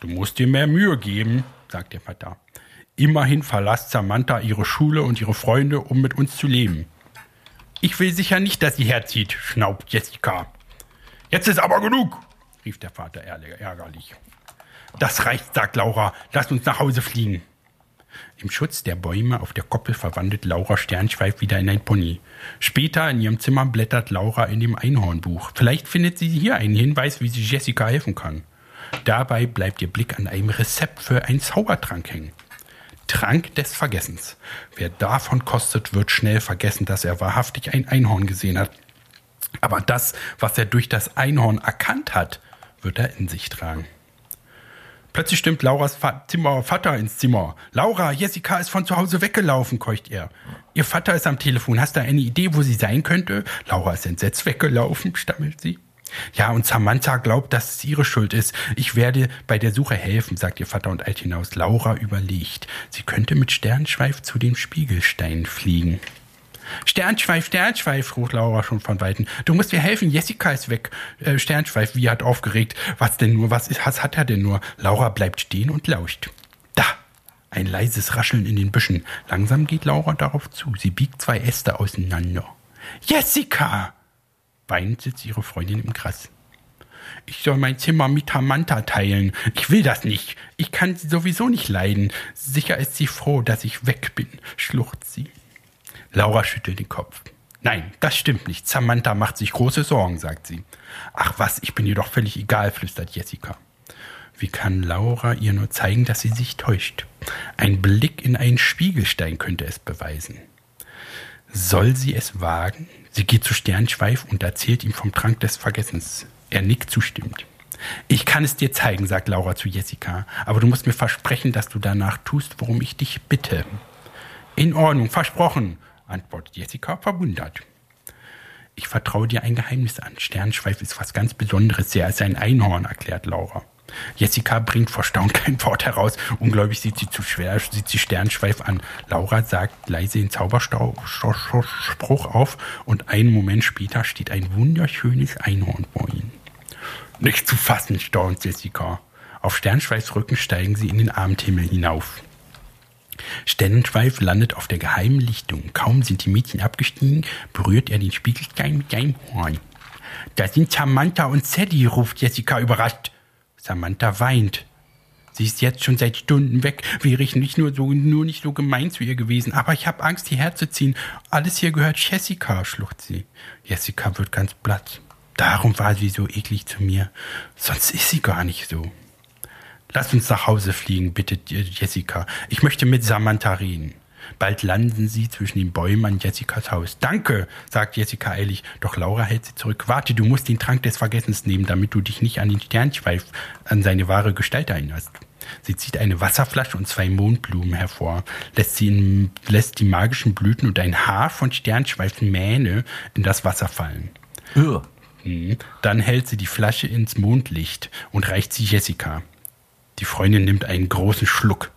B: Du musst dir mehr Mühe geben, sagt der Vater. Immerhin verlasst Samantha ihre Schule und ihre Freunde, um mit uns zu leben. Ich will sicher nicht, dass sie herzieht, schnaubt Jessica. Jetzt ist aber genug, rief der Vater ärger- ärgerlich. Das reicht, sagt Laura. Lass uns nach Hause fliegen. Im Schutz der Bäume auf der Koppel verwandelt Laura Sternschweif wieder in ein Pony. Später in ihrem Zimmer blättert Laura in dem Einhornbuch. Vielleicht findet sie hier einen Hinweis, wie sie Jessica helfen kann. Dabei bleibt ihr Blick an einem Rezept für einen Zaubertrank hängen. Trank des Vergessens. Wer davon kostet, wird schnell vergessen, dass er wahrhaftig ein Einhorn gesehen hat. Aber das, was er durch das Einhorn erkannt hat, wird er in sich tragen. Plötzlich stimmt Lauras Va Zimmer Vater ins Zimmer. Laura, Jessica ist von zu Hause weggelaufen, keucht er. Ihr Vater ist am Telefon. Hast du eine Idee, wo sie sein könnte? Laura ist entsetzt weggelaufen, stammelt sie. Ja, und Samantha glaubt, dass es ihre Schuld ist. Ich werde bei der Suche helfen, sagt ihr Vater und eilt hinaus. Laura überlegt. Sie könnte mit Sternschweif zu dem Spiegelstein fliegen. Sternschweif, Sternschweif, ruft Laura schon von Weitem. Du musst mir helfen, Jessica ist weg. Äh, Sternschweif, wie hat aufgeregt. Was denn nur, was, ist, was hat er denn nur? Laura bleibt stehen und lauscht. Da! Ein leises Rascheln in den Büschen. Langsam geht Laura darauf zu. Sie biegt zwei Äste auseinander. Jessica! Weinend sitzt ihre Freundin im Gras. Ich soll mein Zimmer mit Tamanta teilen. Ich will das nicht. Ich kann sie sowieso nicht leiden. Sicher ist sie froh, dass ich weg bin, schluchzt sie. Laura schüttelt den Kopf. Nein, das stimmt nicht. Samantha macht sich große Sorgen, sagt sie. Ach was, ich bin ihr doch völlig egal, flüstert Jessica. Wie kann Laura ihr nur zeigen, dass sie sich täuscht? Ein Blick in einen Spiegelstein könnte es beweisen. Soll sie es wagen? Sie geht zu Sternschweif und erzählt ihm vom Trank des Vergessens. Er nickt zustimmt. Ich kann es dir zeigen, sagt Laura zu Jessica, aber du musst mir versprechen, dass du danach tust, worum ich dich bitte. In Ordnung, versprochen, antwortet Jessica verwundert. Ich vertraue dir ein Geheimnis an. Sternschweif ist was ganz Besonderes, sehr als ein Einhorn, erklärt Laura. Jessica bringt vor Staunen kein Wort heraus. Ungläubig sieht sie zu schwer, sieht sie Sternschweif an. Laura sagt leise den Zauberspruch auf und einen Moment später steht ein wunderschönes Einhorn vor ihnen. Nicht zu fassen, staunt Jessica. Auf Sternschweifs Rücken steigen sie in den Abendhimmel hinauf. Sternenschweif landet auf der geheimen Lichtung. Kaum sind die Mädchen abgestiegen, berührt er den Spiegelstein mit seinem Horn. Da sind Samantha und Sally, ruft Jessica überrascht. Samantha weint. Sie ist jetzt schon seit Stunden weg. Wäre ich nicht nur so, nur nicht so gemein zu ihr gewesen. Aber ich habe Angst, hierher zu ziehen. Alles hier gehört Jessica, schlucht sie. Jessica wird ganz blatt. Darum war sie so eklig zu mir. Sonst ist sie gar nicht so. Lass uns nach Hause fliegen, bittet Jessica. Ich möchte mit Samantha reden. Bald landen sie zwischen den Bäumen an Jessicas Haus. Danke, sagt Jessica eilig, doch Laura hält sie zurück. Warte, du musst den Trank des Vergessens nehmen, damit du dich nicht an den Sternschweif, an seine wahre Gestalt erinnerst. Sie zieht eine Wasserflasche und zwei Mondblumen hervor, lässt, sie in, lässt die magischen Blüten und ein Haar von Sternschweifenmähne in das Wasser fallen.
A: Ugh.
B: Hm. Dann hält sie die Flasche ins Mondlicht und reicht sie Jessica. Die Freundin nimmt einen großen Schluck.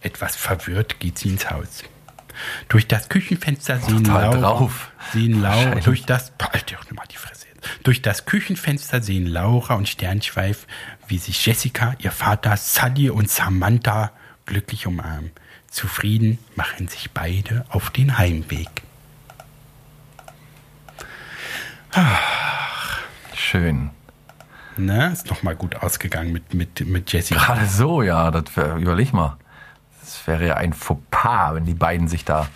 B: Etwas verwirrt geht sie ins Haus. Durch das Küchenfenster sehen
A: da
B: Laura,
A: halt drauf.
B: sehen Laura
A: Wahrscheinlich.
B: durch das Boah, halt doch noch mal die Fresse. jetzt. Durch das Küchenfenster sehen Laura und Sternschweif, wie sich Jessica, ihr Vater, Sally und Samantha glücklich umarmen. Zufrieden machen sich beide auf den Heimweg.
A: Schön.
B: Ne, ist noch mal gut ausgegangen mit mit mit Jessica.
A: Gerade so, ja, das wär, überleg mal. Das wäre ja ein Fauxpas, wenn die beiden sich da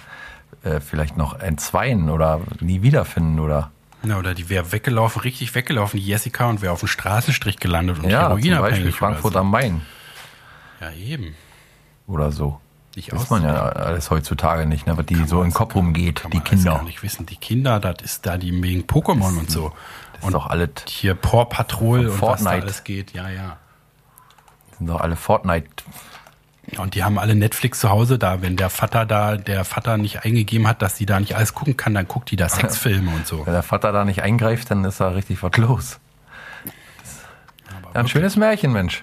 A: äh, vielleicht noch entzweien oder nie wiederfinden oder.
B: Na, oder die wäre weggelaufen, richtig weggelaufen, die Jessica, und wäre auf dem Straßenstrich gelandet und
A: Ja, zum
B: heroinabhängig
A: Beispiel
B: oder
A: Frankfurt
B: so.
A: am Main
B: Ja, eben.
A: oder so.
B: Nicht
A: Weiß man ja alles heutzutage nicht, ne, was die so im Kopf rumgeht,
B: Kann
A: die
B: man alles
A: Kinder.
B: Gar nicht wissen. Die Kinder, das ist da die wegen Pokémon und so.
A: Das
B: Und
A: sind doch alle,
B: hier Paw Patrol und
A: Von
B: was da
A: Fortnite.
B: alles geht. Ja, ja.
A: das sind doch alle Fortnite-Fans.
B: Und die haben alle Netflix zu Hause da. Wenn der Vater da, der Vater nicht eingegeben hat, dass sie da nicht alles gucken kann, dann guckt die da Sexfilme und so.
A: Wenn der Vater da nicht eingreift, dann ist da richtig was los. Ja, ein schönes Märchen, Mensch.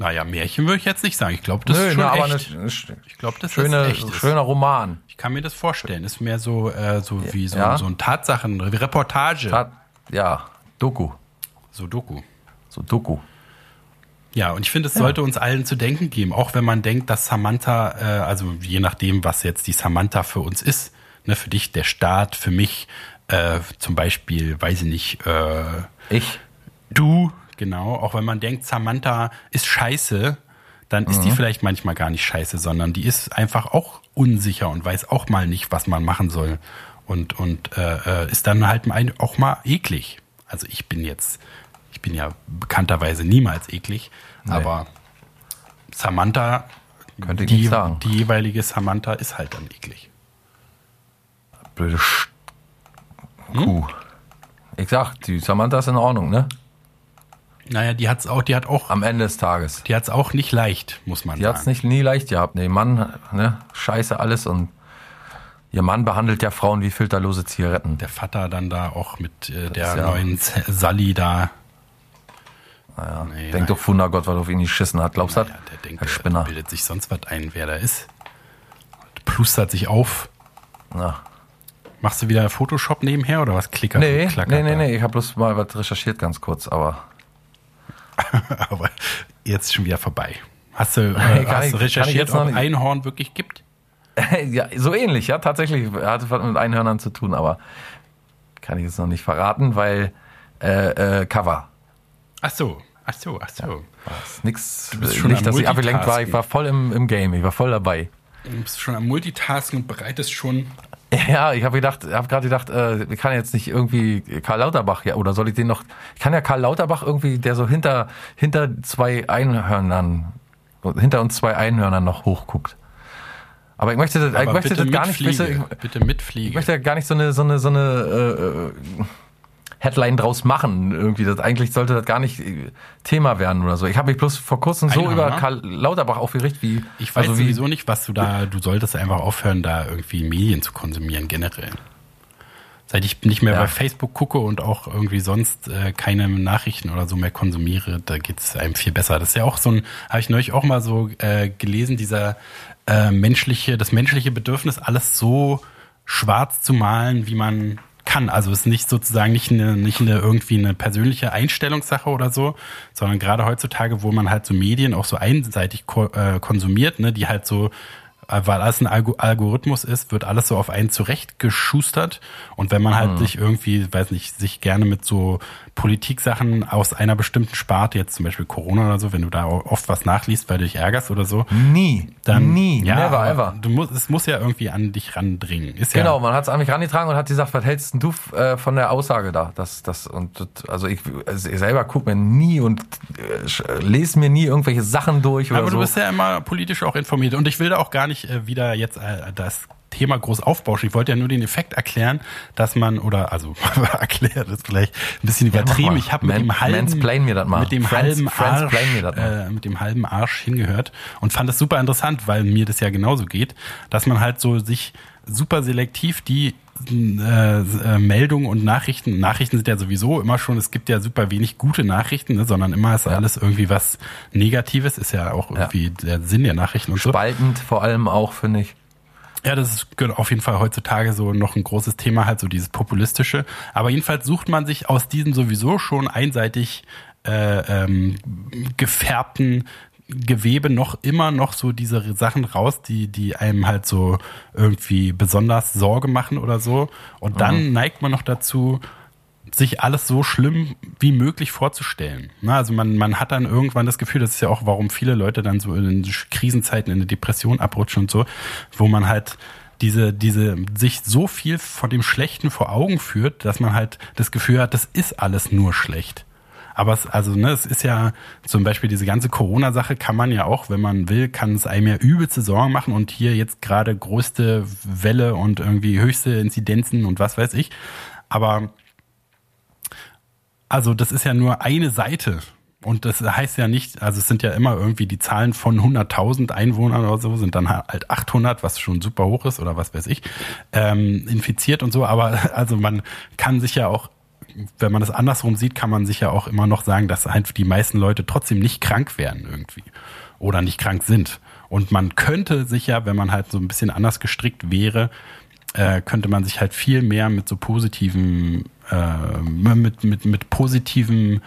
B: Naja, Märchen würde ich jetzt nicht sagen. Ich glaube, das ist schon
A: ne,
B: echt.
A: eine sch-
B: ich glaube, das
A: schöne,
B: ist echt.
A: schöner Roman.
B: Ich kann mir das vorstellen. Ist mehr so, äh, so wie so,
A: Ja.
B: so ein Tatsachen, Reportage.
A: Hat, ja, Doku.
B: so Doku.
A: So Doku.
B: Ja, und ich finde, es sollte uns allen zu denken geben, auch wenn man denkt, dass Samantha, äh, also je nachdem, was jetzt die Samantha für uns ist, ne, für dich der Staat, für mich äh, zum Beispiel, weiß ich nicht, äh,
A: Ich.
B: du, genau, auch wenn man denkt, Samantha ist scheiße, dann ist
A: Mhm.
B: die vielleicht manchmal gar nicht scheiße, sondern die ist einfach auch unsicher und weiß auch mal nicht, was man machen soll. Und, und äh, äh, ist dann halt ein- auch mal eklig. Also ich bin jetzt, ich bin ja bekannterweise niemals eklig, aber Samantha,
A: Könnte ich
B: die,
A: nicht sagen.
B: die jeweilige Samantha ist halt dann eklig.
A: Blöde Sch Kuh. Hm? Ich sag, die Samantha ist in Ordnung, ne?
B: Naja, die hat's auch, die hat auch,
A: Am Ende des Tages.
B: die hat's auch nicht leicht, muss man
A: Die
B: sagen.
A: hat's nicht nie leicht gehabt. Nee, Mann, ne? Scheiße alles und ihr Mann behandelt ja Frauen wie filterlose Zigaretten.
B: der Vater dann da auch mit äh, der
A: ist ja-
B: neuen Z- Sally da.
A: Naja.
B: Nee,
A: Denkt doch Wundergott, was auf ihn geschissen hat. Glaubst du
B: Ja,
A: das?
B: der denkt,
A: der
B: der
A: Spinner.
B: bildet sich sonst was ein, wer da ist. Und plustert sich auf.
A: Na.
B: Machst du wieder Photoshop nebenher oder was? Klicker.
A: Nee,
B: klackert
A: nee, nee,
B: da?
A: nee, ich habe bloß mal was recherchiert, ganz kurz, aber
B: Aber jetzt schon wieder vorbei. Hast du, äh,
A: ich- kann
B: hast
A: ich
B: du recherchiert,
A: jetzt noch
B: ob
A: nicht.
B: Einhorn wirklich gibt?
A: ja, so ähnlich, ja, tatsächlich. Hatte was mit Einhörnern zu tun, aber kann ich jetzt noch nicht verraten, weil äh, äh, Cover.
B: Ach so, ach so, ach so.
A: Das ist nix,
B: bist schon am
A: nicht, dass ich abgelenkt war. Ich
B: Multitasking.
A: war voll im, im Game, ich war voll dabei.
B: Du bist schon am Multitasken und bereitest schon.
A: Ja, ich habe gedacht, habe gerade gedacht, äh, ich kann jetzt nicht irgendwie Karl Lauterbach, ja, oder soll ich den noch? Ich kann ja Karl Lauterbach irgendwie, der so hinter hinter zwei Einhörnern, hinter uns zwei Einhörnern noch hochguckt. Aber ich möchte das, ich
B: Aber
A: möchte
B: bitte
A: das gar nicht,
B: mitfliege.
A: wissen.
B: bitte mitfliege.
A: Ich möchte ja gar nicht so eine, so eine, so eine äh, äh, Headline draus machen. Irgendwie, das, eigentlich sollte das gar nicht äh, Thema werden oder so. Ich habe mich bloß vor kurzem so
B: Einhörner?
A: über Karl Lauterbach aufgeregt, wie
B: Ich weiß
A: also wie,
B: sowieso nicht, was du da, du solltest einfach aufhören, da irgendwie Medien zu konsumieren, generell. Seit ich nicht mehr
A: Ja.
B: bei Facebook gucke und auch irgendwie sonst äh, keine Nachrichten oder so mehr konsumiere, da geht's einem viel besser. Das ist ja auch so ein, habe ich neulich auch mal so äh, gelesen, dieser äh, menschliche, das menschliche Bedürfnis, alles so schwarz zu malen, wie man kann. Also es ist nicht sozusagen nicht eine, nicht eine irgendwie eine persönliche Einstellungssache oder so, sondern gerade heutzutage, wo man halt so Medien auch so einseitig ko äh, konsumiert, ne, die halt so weil alles ein Algo- Algorithmus ist, wird alles so auf einen zurechtgeschustert. Und wenn man halt
A: Hm.
B: sich irgendwie, weiß nicht, sich gerne mit so Politiksachen aus einer bestimmten Sparte, jetzt zum Beispiel Corona oder so, wenn du da oft was nachliest, weil du dich ärgerst oder so,
A: Nie.
B: dann
A: Nie.
B: Hm. ja,
A: never
B: aber
A: ever.
B: Du musst, es muss ja irgendwie an dich randringen. Ist
A: Genau,
B: ja,
A: man hat es an mich rangetragen und hat gesagt, was hältst denn du äh, von der Aussage da? Das, das, und, das- also ich, also ich selber gucke mir nie und äh, sch- äh, lese mir nie irgendwelche Sachen durch oder
B: aber
A: so.
B: du bist halt ja immer politisch auch informiert. Und ich will da auch gar nicht äh, wieder jetzt äh, das Thema groß aufbauschen. Ich wollte ja nur den Effekt erklären, dass man, oder also erklärt ist vielleicht ein bisschen übertrieben.
A: mal.
B: ich habe mit
A: Man-
B: dem halben,
A: mansplain mir das mal.
B: Mit dem
A: Friends-
B: halben Arsch,
A: friendsplain mir das mal.
B: äh, mit dem halben Arsch hingehört und fand es super interessant, weil mir das ja genauso geht, dass man halt so sich super selektiv die äh, äh, Meldungen und Nachrichten, Nachrichten sind ja sowieso immer schon, es gibt ja super wenig gute Nachrichten, ne, sondern immer ist alles irgendwie was Negatives, ist ja auch irgendwie der Sinn der Nachrichten und so.
A: Spaltend vor allem auch, finde ich.
B: Ja, das ist gehört auf jeden Fall heutzutage so noch ein großes Thema, halt so dieses populistische. Aber jedenfalls sucht man sich aus diesen sowieso schon einseitig äh, ähm, gefärbten Gewebe noch immer noch so diese Sachen raus, die, die einem halt so irgendwie besonders Sorge machen oder so. Und dann neigt man noch dazu, sich alles so schlimm wie möglich vorzustellen. Na, also man, man hat dann irgendwann das Gefühl, das ist ja auch, warum viele Leute dann so in Krisenzeiten in eine Depression abrutschen und so, wo man halt diese, diese, sich so viel von dem Schlechten vor Augen führt, dass man halt das Gefühl hat, das ist alles nur schlecht. Aber es, also, ne, es ist ja zum Beispiel diese ganze Corona-Sache kann man ja auch, wenn man will, kann es einem ja übelste Sorgen machen und hier jetzt gerade größte Welle und irgendwie höchste Inzidenzen und was weiß ich. Aber also das ist ja nur eine Seite. Und das heißt ja nicht, also es sind ja immer irgendwie die Zahlen von 100.000 Einwohnern oder so, sind dann halt 800, was schon super hoch ist oder was weiß ich, ähm, infiziert und so. Aber also man kann sich ja auch, wenn man das andersrum sieht, kann man sich ja auch immer noch sagen, dass halt die meisten Leute trotzdem nicht krank werden irgendwie oder nicht krank sind. Und man könnte sich ja, wenn man halt so ein bisschen anders gestrickt wäre, äh, könnte man sich halt viel mehr mit so positiven, äh, mit, mit, mit positiven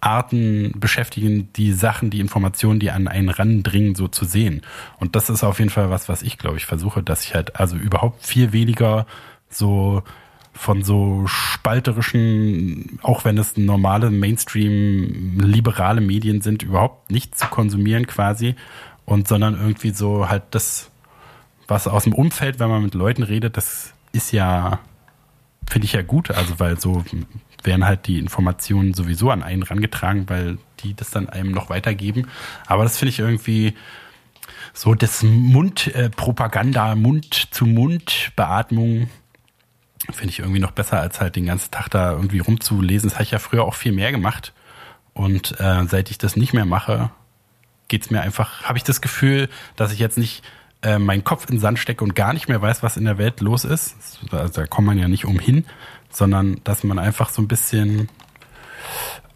B: Arten beschäftigen, die Sachen, die Informationen, die an einen randringen, so zu sehen. Und das ist auf jeden Fall was, was ich, glaube ich, versuche, dass ich halt also überhaupt viel weniger so von so spalterischen, auch wenn es normale Mainstream liberale Medien sind, überhaupt nicht zu konsumieren quasi und sondern irgendwie so halt das was aus dem Umfeld, wenn man mit Leuten redet, das ist ja, finde ich ja gut. Also, weil so werden halt die Informationen sowieso an einen rangetragen, weil die das dann einem noch weitergeben. Aber das finde ich irgendwie so das äh, Mundpropaganda, Mund-zu-Mund-Beatmung finde ich irgendwie noch besser, als halt den ganzen Tag da irgendwie rumzulesen. Das habe ich ja früher auch viel mehr gemacht. Und äh, seit ich das nicht mehr mache, geht's mir einfach, habe ich das Gefühl, dass ich jetzt nicht äh, meinen Kopf in den Sand stecke und gar nicht mehr weiß, was in der Welt los ist. Da, da kommt man ja nicht umhin, sondern dass man einfach so ein bisschen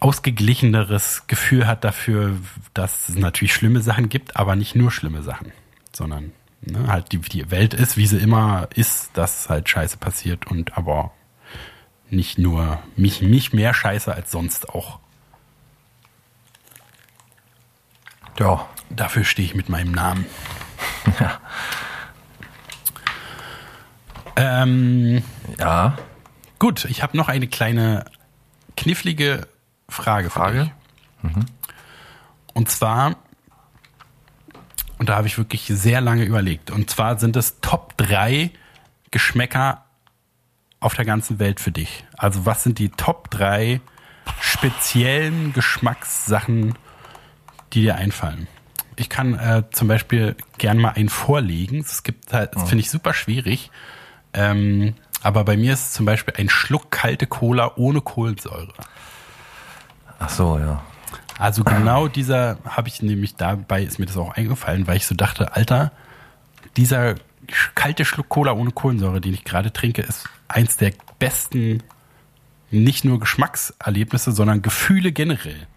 B: ausgeglicheneres Gefühl hat dafür, dass es natürlich schlimme Sachen gibt, aber nicht nur schlimme Sachen, sondern ne, halt die, die Welt ist, wie sie immer ist, dass halt Scheiße passiert und aber nicht nur mich, mich mehr Scheiße als sonst auch.
A: Ja.
B: Dafür stehe ich mit meinem Namen. ähm,
A: Ja.
B: gut, ich habe noch eine kleine knifflige Frage. für
A: Frage?
B: dich. Und zwar, und da habe ich wirklich sehr lange überlegt, und zwar sind es Top 3 Geschmäcker auf der ganzen Welt für dich. Also was sind die Top 3 speziellen Geschmackssachen, die dir einfallen. Ich kann äh, zum Beispiel gern mal einen vorlegen. Es gibt halt, das finde ich super schwierig. Ähm, aber bei mir ist es zum Beispiel ein Schluck kalte Cola ohne Kohlensäure.
A: Ach so, ja.
B: Also genau dieser habe ich nämlich dabei ist mir das auch eingefallen, weil ich so dachte, Alter, dieser sch- kalte Schluck Cola ohne Kohlensäure, den ich gerade trinke, ist eins der besten nicht nur Geschmackserlebnisse, sondern Gefühle generell.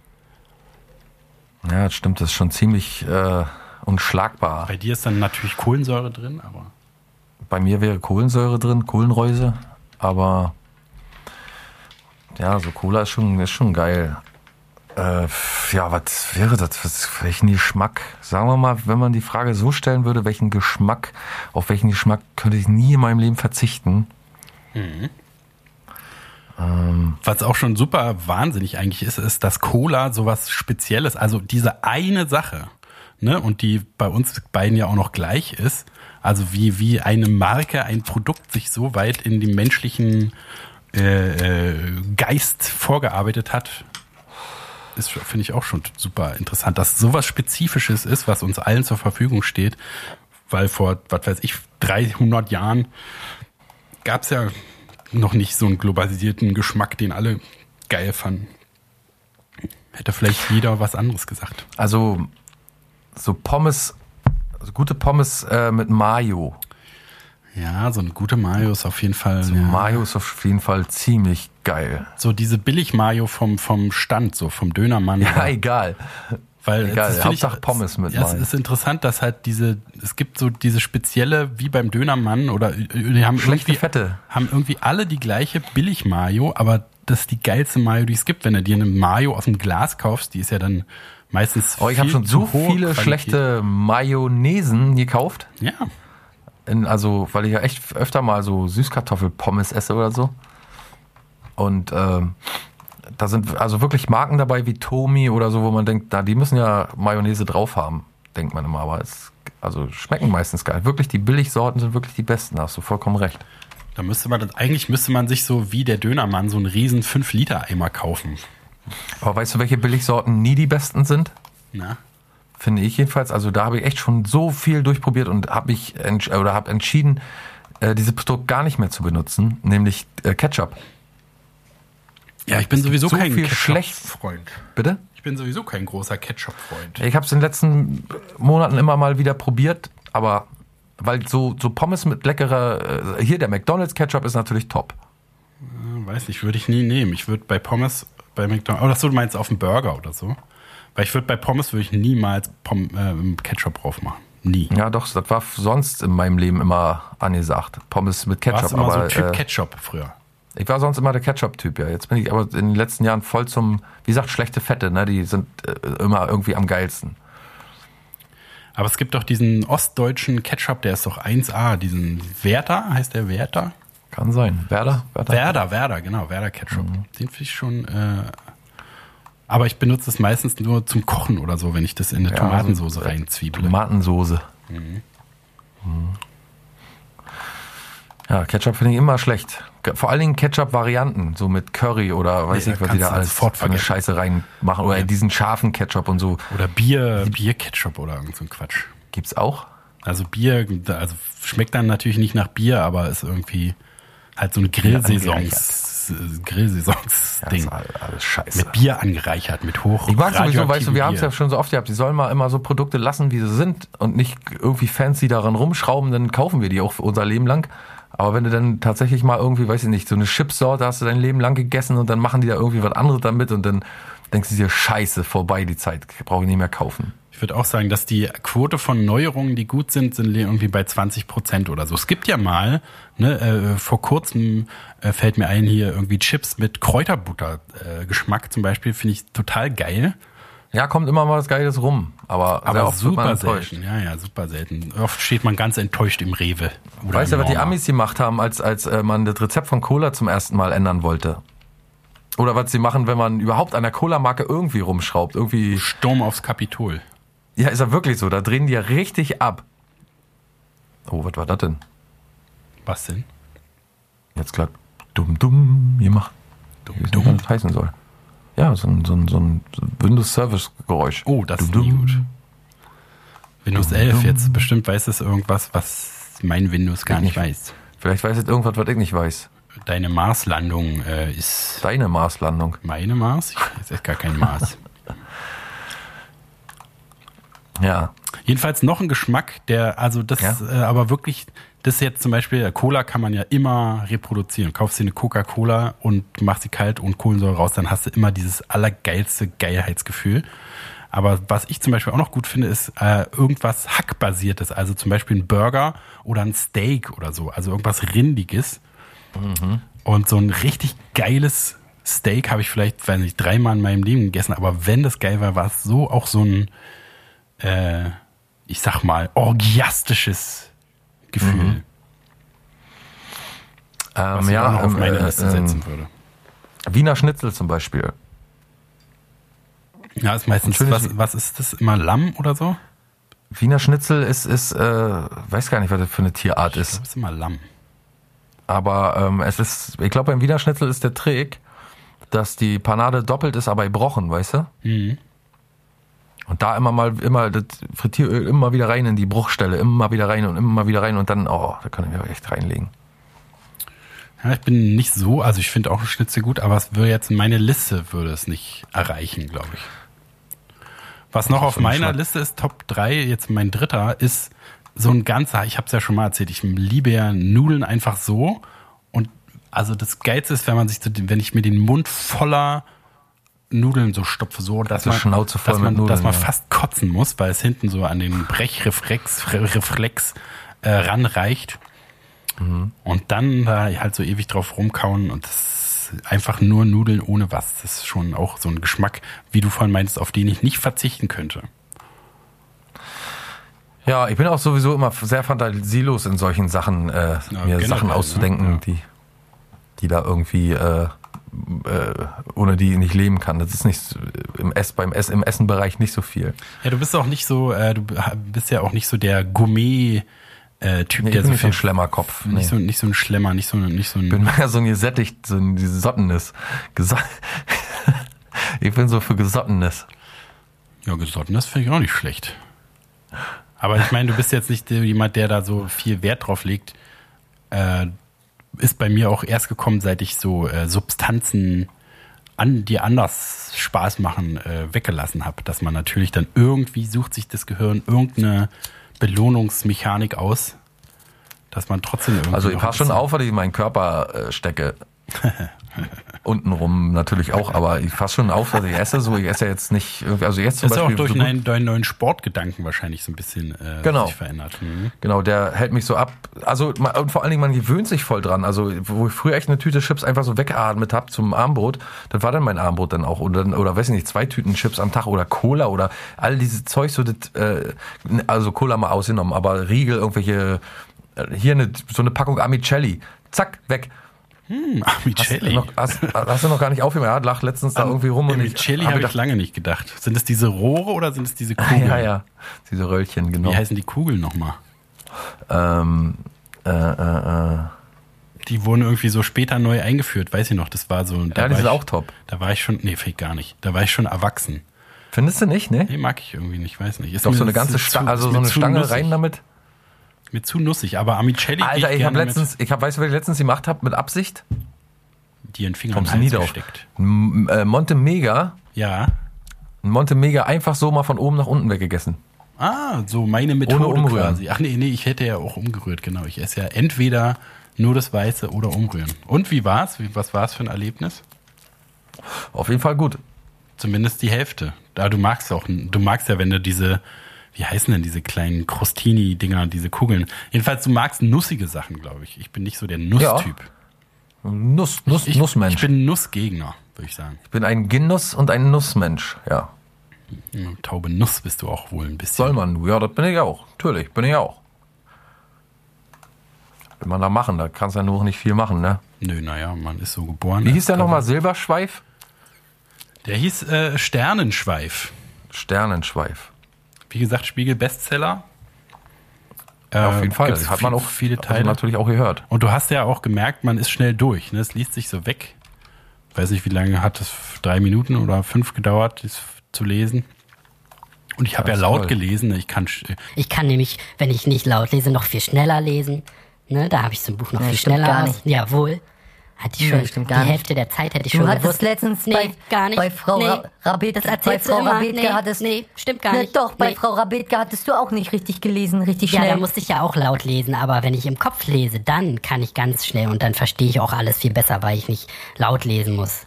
A: Ja, das stimmt, das ist schon ziemlich äh, unschlagbar.
B: Bei dir ist dann natürlich Kohlensäure drin, aber
A: Bei mir wäre Kohlensäure drin, Kohlenreuse, aber ja, so Cola ist schon, ist schon geil. Äh, f- ja, was wäre das? Was, welchen Geschmack? Sagen wir mal, wenn man die Frage so stellen würde, welchen Geschmack, auf welchen Geschmack könnte ich nie in meinem Leben verzichten?
B: Was auch schon super wahnsinnig eigentlich ist, ist, dass Cola sowas Spezielles, also diese eine Sache, ne, und die bei uns beiden ja auch noch gleich ist, also wie, wie eine Marke, ein Produkt sich so weit in den menschlichen äh, äh, Geist vorgearbeitet hat, ist, finde ich auch schon super interessant, dass sowas Spezifisches ist, was uns allen zur Verfügung steht, weil vor, was weiß ich, 300 Jahren gab es ja noch nicht so einen globalisierten Geschmack, den alle geil fanden. Hätte vielleicht jeder was anderes gesagt.
A: Also, so Pommes, also gute Pommes äh, mit Mayo.
B: Ja, so eine gute Mayo ist auf jeden Fall.
A: So
B: ja.
A: Mayo ist auf jeden Fall ziemlich geil.
B: So diese Billig-Mayo vom, vom Stand, so vom Dönermann.
A: Ja, egal.
B: Weil
A: Egal,
B: es ist, finde
A: Hauptsache Pommes mit
B: Ja, es
A: rein.
B: ist interessant, dass halt diese, es gibt so diese spezielle, wie beim Dönermann oder äh, die haben
A: Schlechte
B: irgendwie,
A: Fette.
B: haben irgendwie alle die gleiche Billig-Mayo, aber das ist die geilste Mayo, die es gibt. Wenn du dir eine Mayo aus dem Glas kaufst, die ist ja dann meistens
A: Oh, ich habe
B: viel
A: schon so
B: zu hohe
A: viele
B: Qualität.
A: schlechte Mayonnaisen gekauft.
B: Ja,
A: In, also, weil ich ja echt öfter mal so Süßkartoffelpommes esse oder so. Und ähm, da sind also wirklich Marken dabei wie Tomi oder so, wo man denkt, na, die müssen ja Mayonnaise drauf haben, denkt man immer. Aber es also schmecken meistens geil. Wirklich die Billigsorten sind wirklich die besten, da hast du vollkommen recht.
B: da müsste man, das- eigentlich müsste man sich so wie der Dönermann so einen riesen 5-Liter-Eimer kaufen.
A: Aber weißt du, welche Billigsorten nie die besten sind?
B: Na?
A: finde ich jedenfalls. Also da habe ich echt schon so viel durchprobiert und habe mich entsch äh, oder habe entschieden, äh, dieses Produkt gar nicht mehr zu benutzen, nämlich äh, Ketchup.
B: Ja, ich bin sowieso
A: so
B: kein
A: viel
B: Ketchup-Freund.
A: Bitte?
B: Ich bin sowieso kein großer Ketchup-Freund.
A: Ich habe es in den letzten Monaten immer mal wieder probiert, aber weil so, so Pommes mit leckerer, äh, hier der McDonalds Ketchup ist natürlich top.
B: Weiß nicht, würde ich nie nehmen. Ich würde bei Pommes, bei McDonald's, oh, das du meinst auf dem Burger oder so. Weil ich würde bei Pommes würde ich niemals Pom äh, Ketchup drauf machen. Nie.
A: Ja, doch, das war f- sonst in meinem Leben immer angesagt. Pommes mit Ketchup.
B: Warst du immer
A: aber,
B: so Typ
A: äh,
B: Ketchup früher?
A: Ich war sonst immer der Ketchup-Typ, ja. Jetzt bin ich aber in den letzten Jahren voll zum, wie gesagt, schlechte Fette, ne? Die sind äh, immer irgendwie am geilsten.
B: Aber es gibt doch diesen ostdeutschen Ketchup, der ist doch 1A, diesen Werther, heißt der Werther?
A: Kann sein. Werder? Werder?
B: Werder, Werder, genau, Werder Ketchup. Den finde ich schon. Äh, aber ich benutze es meistens nur zum Kochen oder so, wenn ich das in eine
A: Ja,
B: Tomatensauce
A: so, äh,
B: reinzwieble.
A: Tomatensoße. Mhm. Ja, Ketchup finde ich immer schlecht. Ge- Vor allen Dingen Ketchup-Varianten, so mit Curry oder weiß
B: Nee,
A: ich,
B: da
A: was die
B: kannst
A: da
B: du
A: alles
B: sofort
A: für eine
B: vergessen.
A: Scheiße reinmachen. Oder diesen scharfen Ketchup und so.
B: oder Bier, Bier-Ketchup oder irgend so ein Quatsch.
A: Gibt's auch?
B: Also Bier, also schmeckt dann natürlich nicht nach Bier, aber ist irgendwie halt so ein Grillsaisons, äh, Grillsaisons-Ding.
A: ist all- alles scheiße.
B: mit Bier angereichert, mit hoch.
A: Ich mag sowieso, weißt du, wir haben es ja
B: radioaktivem
A: schon so oft gehabt. Die sollen mal immer so Produkte lassen, wie sie sind und nicht irgendwie fancy daran rumschrauben, dann kaufen wir die auch für unser Leben lang. Aber wenn du dann tatsächlich mal irgendwie, weiß ich nicht, so eine Chipsorte hast du dein Leben lang gegessen und dann machen die da irgendwie was anderes damit und dann denkst du dir, scheiße, vorbei die Zeit, brauche ich nicht mehr kaufen.
B: Bier. Ich würde auch sagen, dass die Quote von Neuerungen, die gut sind, sind irgendwie bei 20 Prozent oder so. Es gibt ja mal, ne, äh, vor kurzem äh, fällt mir ein, hier irgendwie Chips mit Kräuterbutter-Geschmack zum Beispiel, finde ich total geil.
A: Ja, kommt immer mal was Geiles rum, aber, sehr
B: Aber
A: oft wird man
B: super
A: enttäuscht.
B: selten. Ja, ja, super selten. Oft steht man ganz enttäuscht im Rewe. oder
A: Weißt du,
B: im
A: was die
B: Norma.
A: Amis gemacht haben, als, als äh, man das Rezept von Cola zum ersten Mal ändern wollte? Oder was sie machen, wenn man überhaupt an der Cola-Marke irgendwie rumschraubt, irgendwie
B: Sturm aufs Kapitol.
A: Ja, ist ja wirklich so. Da drehen die ja richtig ab. Oh, was war das denn?
B: Was denn?
A: Jetzt glatt dumm dumm gemacht.
B: Dumm,
A: Ich weiß nicht, was das heißen soll. Ja, so ein, so ein, so ein Windows-Service-Geräusch.
B: Oh, das ist nie gut. Windows 11 jetzt. Bestimmt weiß es irgendwas, was mein Windows gar nicht weiß.
A: Vielleicht weiß jetzt irgendwas, was ich nicht weiß.
B: Deine Marslandung äh, ist
A: Deine Marslandung.
B: meine Mars. Ich weiß echt gar kein Mars.
A: Ja.
B: Jedenfalls noch ein Geschmack, der, also das,
A: Ja.
B: äh, aber wirklich, das jetzt zum Beispiel, äh, Cola kann man ja immer reproduzieren. Kaufst dir eine Coca-Cola und machst sie kalt und Kohlensäure raus, dann hast du immer dieses allergeilste Geilheitsgefühl. Aber was ich zum Beispiel auch noch gut finde, ist äh, irgendwas Hackbasiertes, also zum Beispiel ein Burger oder ein Steak oder so, also irgendwas Rindiges. Und so ein richtig geiles Steak habe ich vielleicht, weiß nicht, dreimal in meinem Leben gegessen, aber wenn das geil war, war es so auch so ein, äh, ich sag mal, orgiastisches Gefühl,
A: Ähm,
B: was ich auch
A: Mhm. ja,
B: noch auf
A: ähm,
B: meine
A: äh,
B: Liste setzen würde.
A: ähm, Wiener Schnitzel zum Beispiel.
B: Ja, ist meistens,
A: schönes-
B: was, was ist das, immer Lamm oder so?
A: Wiener Schnitzel ist, ist äh, weiß gar nicht, was das für eine Tierart
B: Ich
A: ist.
B: glaube, es ist immer Lamm.
A: Aber ähm, es ist, ich glaube, beim Wiener Schnitzel ist der Trick, dass die Panade doppelt ist, aber gebrochen, weißt du?
B: Mhm.
A: Und da immer mal, immer das Frittieröl immer wieder rein in die Bruchstelle, immer wieder rein und immer wieder rein und dann, oh, da kann ich mir echt reinlegen.
B: Ja, ich bin nicht so, also ich finde auch Schnitzel gut, aber es würde jetzt meine Liste würde es nicht erreichen, glaube ich. Was noch auf
A: für ein
B: meiner
A: Schnack.
B: Liste ist, Top 3, jetzt mein dritter, ist so ein ganzer, ich habe es ja schon mal erzählt, ich liebe ja Nudeln einfach so. Und also das Geilste ist, wenn man sich, so den- wenn ich mir den Mund voller Nudeln so stopfe, so, dass
A: Also
B: man,
A: Schnauze voll
B: dass
A: mit
B: man,
A: Nudeln,
B: dass man
A: ja.
B: fast kotzen muss, weil es hinten so an den Brechreflex Re- Reflex, äh, ranreicht.
A: Mhm.
B: Und dann da halt so ewig drauf rumkauen und das ist einfach nur Nudeln ohne was. Das ist schon auch so ein Geschmack, wie du vorhin meintest, auf den ich nicht verzichten könnte.
A: Ja, ich bin auch sowieso immer sehr fantasielos in solchen Sachen, äh, mir
B: generell,
A: Sachen
B: ne?
A: auszudenken,
B: Ja.
A: die, die da irgendwie, äh, äh, ohne die ich nicht leben kann. Das ist nicht, im, Ess, beim Ess, im Essenbereich nicht so viel.
B: Ja, du bist auch nicht so, äh, du bist ja auch nicht so der Gourmet-Typ,
A: Nee, ich bin
B: der so
A: nicht so ein
B: viel
A: Schlemmerkopf.
B: nicht, so, nicht so ein Schlemmer, nicht so, nicht so ein.
A: bin mehr so ein gesättigt, so ein gesottenes. Gesa ich bin so für gesottenes.
B: Ja, gesotten, das finde ich auch nicht schlecht. Aber ich meine, du bist jetzt nicht der- jemand, der da so viel Wert drauf legt. Äh, ist bei mir auch erst gekommen, seit ich so äh, Substanzen, an, die anders Spaß machen, äh, weggelassen habe. Dass man natürlich dann irgendwie sucht sich das Gehirn irgendeine Belohnungsmechanik aus, dass man trotzdem irgendwie.
A: Also ich
B: noch
A: passe
B: ein
A: schon auf, weil ich in meinen Körper äh, stecke. Untenrum natürlich auch, aber ich passe schon auf, dass ich esse. So, ich esse jetzt nicht irgendwie. Also jetzt zum
B: bisschen- Ist ja auch
A: Beispiel.
B: durch
A: so gut,
B: einen, deinen neuen Sportgedanken wahrscheinlich so ein bisschen äh,
A: Genau.
B: sich verändert. Mhm.
A: genau, der hält mich so ab. Also ma- und vor allen Dingen, man gewöhnt sich voll dran. Also, wo ich früher echt eine Tüte Chips einfach so weggeatmet hab zum Armbrot, das war dann mein Armbrot dann auch. Oder, oder weiß ich nicht, zwei Tüten Chips am Tag oder Cola oder all diese Zeug, so das, äh, also Cola mal ausgenommen, aber Riegel, irgendwelche äh, hier eine, so eine Packung Amicelli. Zack, weg.
B: hm,
A: Hast, du
B: Amicelli.
A: noch, hast, hast du noch gar nicht aufgemacht? Ja, lach letztens da irgendwie rum. und
B: Mit Chili habe ich
A: gedacht,
B: lange nicht gedacht. Sind es diese Rohre oder sind es diese Kugeln?
A: Ja, ja, diese Röllchen, genau.
B: Wie heißen die Kugeln nochmal?
A: Ähm, äh, äh, äh.
B: Die wurden irgendwie so später neu eingeführt, weiß ich noch. Das war so. Da
A: Ja, die
B: war
A: sind
B: ich,
A: auch top.
B: Da war ich schon, nee, fake gar nicht. Da war ich schon erwachsen.
A: Findest du nicht, ne?
B: Nee, mag ich irgendwie nicht, weiß nicht. Ist
A: Doch
B: mir-
A: so eine
B: ist
A: ganze
B: mir
A: Stange,
B: zu-
A: also
B: ist
A: so
B: mir
A: eine
B: zu
A: Stange
B: nussig.
A: rein damit.
B: Mir zu nussig, aber Amicelli
A: Alter,
B: geh
A: ich habe
B: gerne
A: letztens, ich habe, weißt du, was ich letztens gemacht habe mit Absicht?
B: mit dir einen Finger
A: Kommst du
B: in den
A: nie
B: Hals
A: drauf.
B: gesteckt.
A: M äh, Monte Mega,
B: Ja.
A: Monte Mega einfach so mal von oben nach unten weggegessen.
B: Ah, so meine Methode
A: Ohne umrühren.
B: quasi. Ach nee, nee, ich hätte ja auch umgerührt, genau. Ich esse ja entweder nur das Weiße oder umrühren. Und wie war's? Wie, was war's für ein Erlebnis?
A: Auf jeden Fall gut.
B: Zumindest die Hälfte. Da du magst auch, du magst ja, wenn du diese, wie heißen denn diese kleinen Crostini-Dinger, diese Kugeln. Jedenfalls, du magst nussige Sachen, glaube ich. Ich bin nicht so der Nuss-Typ.
A: Nuss, Nuss,
B: Ich,
A: Nussmensch.
B: ich bin Nussgegner, würde ich sagen.
A: ich bin ein Genuss und ein Nussmensch, ja.
B: Hm, Taube Nuss bist du auch wohl ein bisschen.
A: Soll man, nur. ja, das bin ich auch. Natürlich, bin ich auch. Will man da machen, da kannst du ja nur auch nicht viel machen, ne?
B: Nö, naja, man ist so geboren.
A: Wie hieß der nochmal? Silberschweif?
B: Der hieß äh, Sternenschweif.
A: Sternenschweif.
B: Wie gesagt, Spiegel-Bestseller. Ähm,
A: Ja, auf jeden Fall.
B: gibt's
A: Hat man
B: viel-
A: auch
B: viele
A: also
B: Teile.
A: natürlich auch gehört.
B: Und du hast ja auch gemerkt, man ist schnell durch. Ne? Es liest sich so weg. Weiß nicht, wie lange hat es? Drei Minuten oder fünf gedauert, das zu lesen. Und ich habe ja
A: Das ist
B: laut
A: toll.
B: gelesen. ne? Ich kann. sch-
C: Ich kann nämlich, wenn ich nicht laut lese, noch viel schneller lesen. Ne, da habe ich so ein Buch noch
D: Nee,
C: viel
D: stimmt
C: schneller.
D: gar
C: aus.
D: nicht.
C: Jawohl. Hatte ich schon
D: Nee, stimmt
C: die
D: gar nicht.
C: Hälfte der Zeit hätte ich
D: Du
C: schon
D: hattest
C: gewusst.
D: letztens
C: nee,
D: bei,
C: gar nicht.
D: bei Frau
C: nee,
D: Ra Rabetka,
C: das
D: bei
C: erzählst
D: Frau
C: du immer.
D: Rabetka
C: nee,
D: hattest
C: nee, stimmt gar
D: Ne,
C: nicht.
D: doch, bei
C: nee.
D: Frau Rabetka hattest du auch nicht richtig gelesen, richtig
C: Ja,
D: schnell.
C: da musste ich ja auch laut lesen, aber wenn ich im Kopf lese, dann kann ich ganz schnell und dann verstehe ich auch alles viel besser, weil ich nicht laut lesen muss.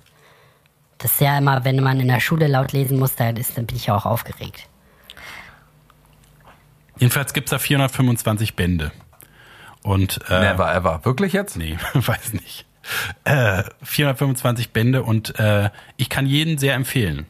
C: Das ist ja immer, wenn man in der Schule laut lesen muss, dann, ist, dann bin ich ja auch aufgeregt.
B: Jedenfalls gibt's da 425 Bänder. Und äh,
A: Never ever. Wirklich jetzt?
B: nee, weiß nicht. Äh, 425 Bände und äh, ich kann jeden sehr empfehlen.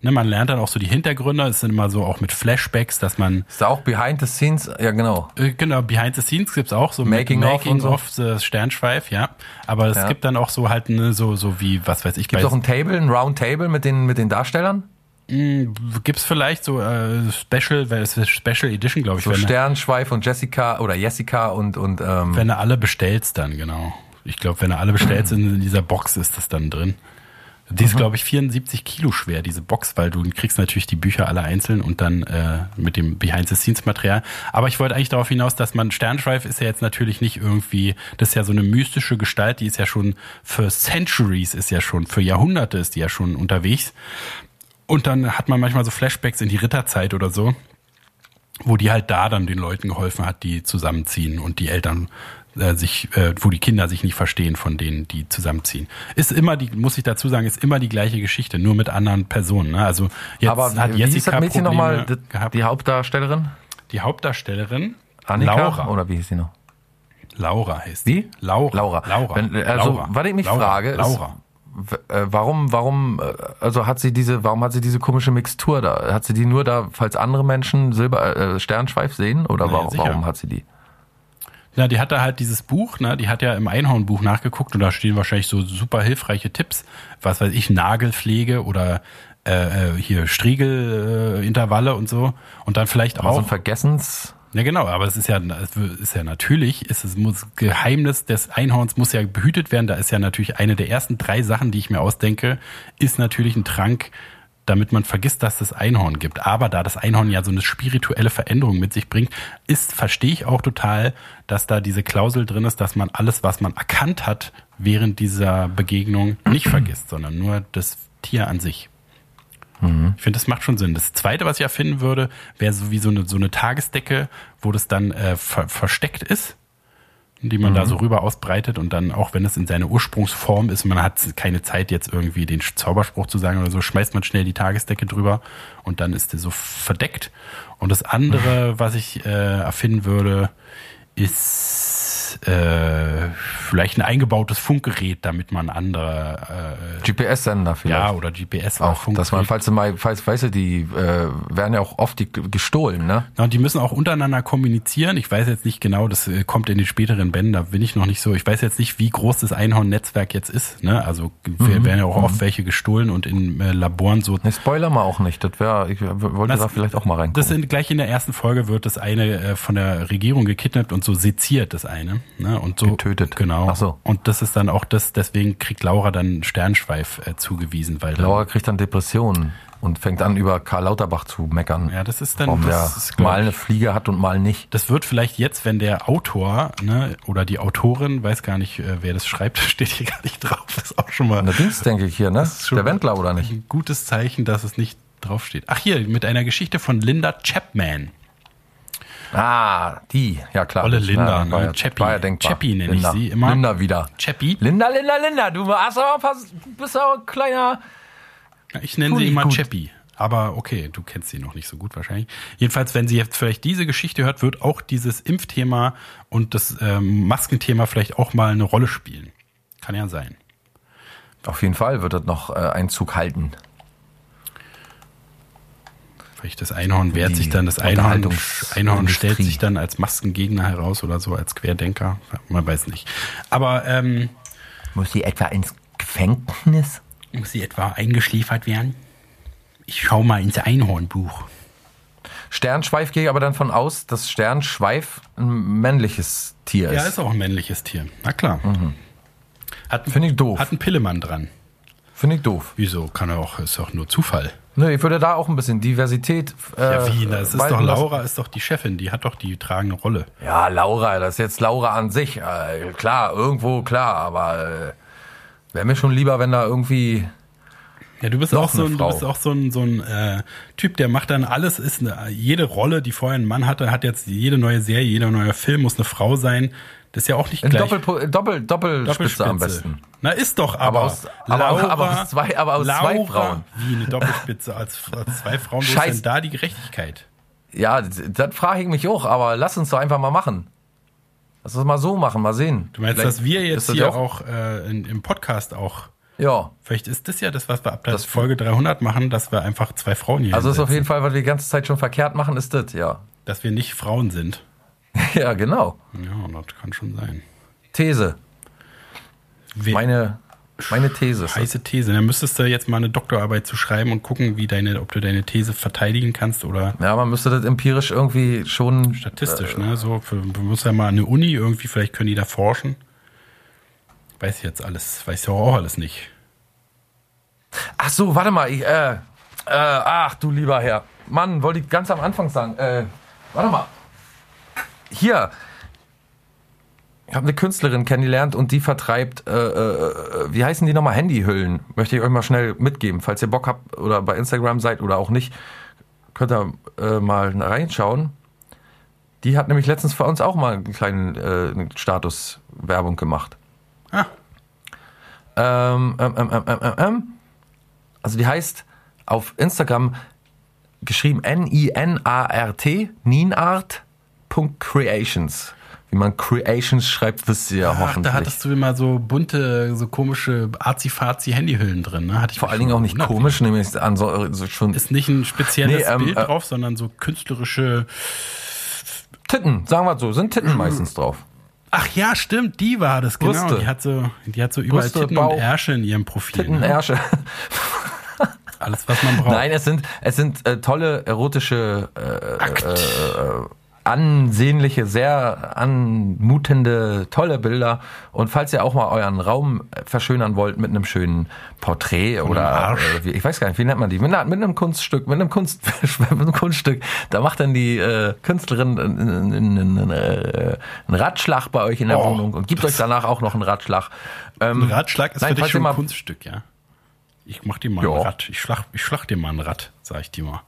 B: Ne, man lernt dann auch so die Hintergründe, es sind immer so auch mit Flashbacks, dass man
A: Ist da auch behind the scenes? Ja, genau.
B: äh, Genau, Behind the Scenes gibt's auch so
A: Making
B: mit
A: of und so.
B: of the Sternschweif, ja. Aber es
A: Ja.
B: gibt dann auch so halt ne, so so wie was weiß ich,
A: Gibt
B: bei-
A: es auch ein Table, ein Round Table mit den, mit den Darstellern?
B: gibt's vielleicht so äh, Special, weil es ist Special Edition, glaube ich,
A: So
B: wenn, du-
A: Sternschweif und Jessica oder Jessica und, und ähm,
B: wenn du alle bestellst dann genau. Ich glaube, wenn du alle bestellst in dieser Box ist das dann drin. Die ist, glaube ich, 74 Kilo schwer, diese Box, weil du kriegst natürlich die Bücher alle einzeln und dann äh, mit dem Behind-the-Scenes-Material. Aber ich wollte eigentlich darauf hinaus, dass man Sternschweif ist ja jetzt natürlich nicht irgendwie, das ist ja so eine mystische Gestalt, die ist ja schon für Centuries, ist ja schon für Jahrhunderte ist die ja schon unterwegs. Und dann hat man manchmal so Flashbacks in die Ritterzeit oder so, wo die halt da dann den Leuten geholfen hat, die zusammenziehen und die Eltern äh, sich, äh, wo die Kinder sich nicht verstehen von denen, die zusammenziehen. Ist immer die, muss ich dazu sagen, ist immer die gleiche Geschichte, nur mit anderen Personen. Ne? Also jetzt
A: aber
B: hat
A: wie hieß
B: Jessica
A: das Mädchen nochmal?
B: Probleme
A: Die,
B: gehabt.
A: die Hauptdarstellerin?
B: Die Hauptdarstellerin
A: Annika?
B: Laura.
A: Oder wie hieß sie noch?
B: Laura heißt
A: Wie?
B: die. Laura.
A: Laura.
B: Laura.
A: Wenn, äh, also,
B: Laura.
A: was ich mich
B: Laura.
A: frage, ist-
B: Laura.
A: W- äh, Warum, warum, äh, also hat sie diese, warum hat sie diese komische Mixtur da? Hat sie die nur da, falls andere Menschen Silber, äh, Sternschweif sehen? Oder
B: Na ja,
A: warum,
B: sicher.
A: warum hat sie die?
B: Na, die hatte halt dieses Buch, ne? die hat ja im Einhornbuch nachgeguckt und da stehen wahrscheinlich so super hilfreiche Tipps, was weiß ich, Nagelpflege oder äh, äh, hier Striegelintervalle äh, Intervalle und so. Und dann vielleicht
A: War so
B: auch.
A: Also ein Vergessens,
B: Ja, genau, aber es ist ja, es ist ja natürlich, es ist, muss, Geheimnis des Einhorns muss ja behütet werden. Da ist ja natürlich eine der ersten drei Sachen, die ich mir ausdenke, ist natürlich ein Trank, damit man vergisst, dass es Einhorn gibt. Aber da das Einhorn ja so eine spirituelle Veränderung mit sich bringt, ist, verstehe ich auch total, dass da diese Klausel drin ist, dass man alles, was man erkannt hat, während dieser Begegnung nicht vergisst, sondern nur das Tier an sich. Ich finde, das macht schon Sinn. Das Zweite, was ich erfinden würde, wäre so wie so eine, so eine Tagesdecke, wo das dann äh, ver versteckt ist, die man
A: Mhm.
B: da so rüber ausbreitet und dann, auch wenn es in seiner Ursprungsform ist, man hat keine Zeit jetzt irgendwie den Sch- Zauberspruch zu sagen oder so, schmeißt man schnell die Tagesdecke drüber und dann ist der so verdeckt. Und das
A: Mhm.
B: andere, was ich äh, erfinden würde, ist äh, vielleicht ein eingebautes Funkgerät, damit man andere
A: GPS-Sender
B: äh,
A: vielleicht.
B: ja oder GPS oder
A: auch, dass man, falls du mal, falls, weißt du, die äh, werden ja auch oft die, gestohlen, ne?
B: Na, und die müssen auch untereinander kommunizieren. Ich weiß jetzt nicht genau, das äh, kommt in den späteren Bänden, da bin ich noch nicht so. Ich weiß jetzt nicht, wie groß das Einhorn-Netzwerk jetzt ist. Ne? Also
A: Mhm.
B: wir werden ja auch oft welche gestohlen und in äh, Laboren so.
A: Ne, spoiler mal auch nicht. Das wäre, ich wollte
B: Das-
A: da vielleicht auch mal reingucken.
B: Das sind gleich in der ersten Folge wird das eine äh, von der Regierung gekidnappt und so seziert das eine. Ne? Und so
A: Getötet.
B: Genau.
A: Ach so.
B: Und das ist dann auch das, deswegen kriegt Laura dann Sternschweif äh, zugewiesen, weil dann-
A: Laura kriegt dann Depressionen und fängt an, über Karl Lauterbach zu meckern.
B: Ja, das ist dann-
A: Warum
B: das
A: der
B: ist, glaub
A: mal
B: ich-
A: eine Fliege hat und mal nicht.
B: Das wird vielleicht jetzt, wenn der Autor ne, oder die Autorin, weiß gar nicht, äh, wer das schreibt, steht hier gar nicht drauf. Ist auch schon mal
A: Und der Dienst, denke ich hier, ne?
B: ist schon
A: Der Wendler oder nicht?
B: ein gutes Zeichen, dass es nicht draufsteht. Ach hier, mit einer Geschichte von Linda Chapman.
A: Ah, die, ja klar.
B: Olle Linda,
A: ja, war,
B: ne?
A: ja,
B: Chappie.
A: war ja denkbar.
B: Chappie nenne ich
A: Linda.
B: sie immer.
A: Linda wieder.
B: Chappie?
A: Linda, Linda, Linda, du hast aber ein paar, bist aber ein kleiner.
B: Ich nenne
A: Tut
B: sie
A: nicht
B: immer
A: gut.
B: Chappie. Aber okay, du kennst sie noch nicht so gut wahrscheinlich. Jedenfalls, wenn sie jetzt vielleicht diese Geschichte hört, wird auch dieses Impfthema und das ähm, Maskenthema vielleicht auch mal eine Rolle spielen. Kann ja sein.
A: Auf jeden Fall wird das noch äh, Einzug halten.
B: Vielleicht das Einhorn wehrt
A: Die
B: sich dann, das Einhorn,
A: Unterhaltungs-
B: Einhorn stellt
A: Industrie.
B: sich dann als Maskengegner heraus oder so, als Querdenker. Man weiß nicht. Aber ähm,
A: Muss sie etwa ins Gefängnis?
B: Muss sie etwa eingeschläfert werden? Ich schau mal ins Einhornbuch.
A: Sternschweif gehe ich aber dann von aus, dass Sternschweif ein männliches Tier ist.
B: Ja, ist auch ein männliches Tier. Na klar. Hat,
A: Mhm. Finde ich doof.
B: Hat einen Pillemann dran.
A: Finde ich doof.
B: Wieso? Kann er auch, ist doch nur Zufall.
A: Nö, ich würde da auch ein bisschen Diversität. Äh,
B: Ja, wie? ne? Das ist
A: walten
B: doch
A: lassen.
B: Laura, ist doch die Chefin, die hat doch die tragende Rolle.
A: Ja, Laura, das ist jetzt Laura an sich. Äh, klar, irgendwo klar, aber äh, wäre mir schon lieber, wenn da irgendwie.
B: Ja, du bist
A: Noch
B: auch so
A: eine
B: ein, du
A: Frau.
B: bist auch so ein, so ein äh, Typ, der macht dann alles, ist eine, jede Rolle, die vorher ein Mann hatte, hat jetzt jede neue Serie, jeder neue Film muss eine Frau sein. Das ist ja auch nicht
A: Ein
B: gleich.
A: Doppel, Doppel, Doppelspitze am besten.
B: Na, ist doch aber.
A: Aber aus- aber- aber aus zwei- aber aus zwei Frauen.
B: Wie eine Doppelspitze als, als zwei Frauen. Wo
A: Scheiß-
B: ist denn da die Gerechtigkeit?
A: Ja, das, das frage ich mich auch, aber lass uns doch einfach mal machen. Lass uns mal so machen, mal sehen.
B: Du meinst,
A: Vielleicht
B: dass wir
A: ist
B: jetzt
A: das
B: hier
A: ja
B: auch, äh, in, im Podcast auch,
A: Ja.
B: vielleicht ist das ja das, was wir ab der
A: Das-
B: Folge 300 machen, dass wir einfach zwei Frauen hier
A: Also ist auf
B: hinsetzen.
A: jeden Fall, was wir die ganze Zeit schon verkehrt machen, ist das, ja.
B: Dass wir nicht Frauen sind.
A: Ja, genau.
B: Ja, das kann schon sein.
A: These.
B: Wir-
A: Meine, meine These ist das.
B: Heiße These. Dann müsstest du jetzt mal eine Doktorarbeit zu schreiben und gucken, wie deine, ob du deine These verteidigen kannst oder
A: Ja, man müsste das empirisch irgendwie schon.
B: statistisch, ne? So, für, du musst ja mal an eine Uni irgendwie, vielleicht können die da forschen. Weiß ich jetzt alles, weiß ich auch alles nicht.
A: Ach so, warte mal. Ich, äh, äh, ach du lieber Herr. Mann, wollte ich ganz am Anfang sagen. Äh, warte mal. Hier. Ich habe eine Künstlerin kennengelernt und die vertreibt, äh, äh, äh, wie heißen die nochmal, Handyhüllen. Möchte ich euch mal schnell mitgeben. Falls ihr Bock habt oder bei Instagram seid oder auch nicht, könnt ihr äh, mal reinschauen. Die hat nämlich letztens für uns auch mal einen kleinen äh, Status-Werbung gemacht.
B: Ah,
A: Ähm, ähm, ähm, ähm, ähm, ähm, ähm. Also die heißt auf Instagram geschrieben N-I-N-A-R-T, ninart.creations. Wie man Creations schreibt, wisst ihr ja
B: ach,
A: hoffentlich.
B: Ah, da hattest du immer so bunte, so komische Azi-Fazi-Handyhüllen drin, ne? Hatte ich
A: Vor
B: mich
A: allen Dingen
B: schon
A: auch nicht
B: gewundert.
A: komisch, nämlich an so, so schon
B: Ist nicht ein spezielles
A: Nee, ähm,
B: Bild
A: äh,
B: drauf, sondern so künstlerische.
A: Titten, sagen wir so, sind
B: Mhm.
A: Titten meistens drauf.
B: Ach ja, stimmt, die war das, genau.
A: Brüste.
B: Die hat so, die hat so überall
A: Brüste,
B: Titten
A: Bauch,
B: und Ärsche in ihrem Profil.
A: Titten,
B: ne?
A: Ärsche.
B: Alles, was man braucht.
A: Nein, es sind, es sind äh, tolle erotische äh, ansehnliche, sehr anmutende, tolle Bilder. Und falls ihr auch mal euren Raum verschönern wollt mit einem schönen Porträt oder
B: Arsch.
A: äh, wie, ich weiß gar nicht, wie nennt man die? Mit, einer, mit einem Kunststück, mit einem, Kunst, mit einem Kunststück. Da macht dann die äh, Künstlerin einen, einen, einen, äh, einen Ratschlag bei euch in der
B: Oh,
A: Wohnung und gibt euch danach auch noch einen Ratschlag. Ähm,
B: Ein Ratschlag ist
A: nein,
B: für dich
A: falls ihr
B: schon
A: mal-
B: ein Kunststück, ja. Ich mach dir mal
A: Ja.
B: ein Rad. Ich schlag, ich schlag dir mal ein Rad, sag ich dir mal.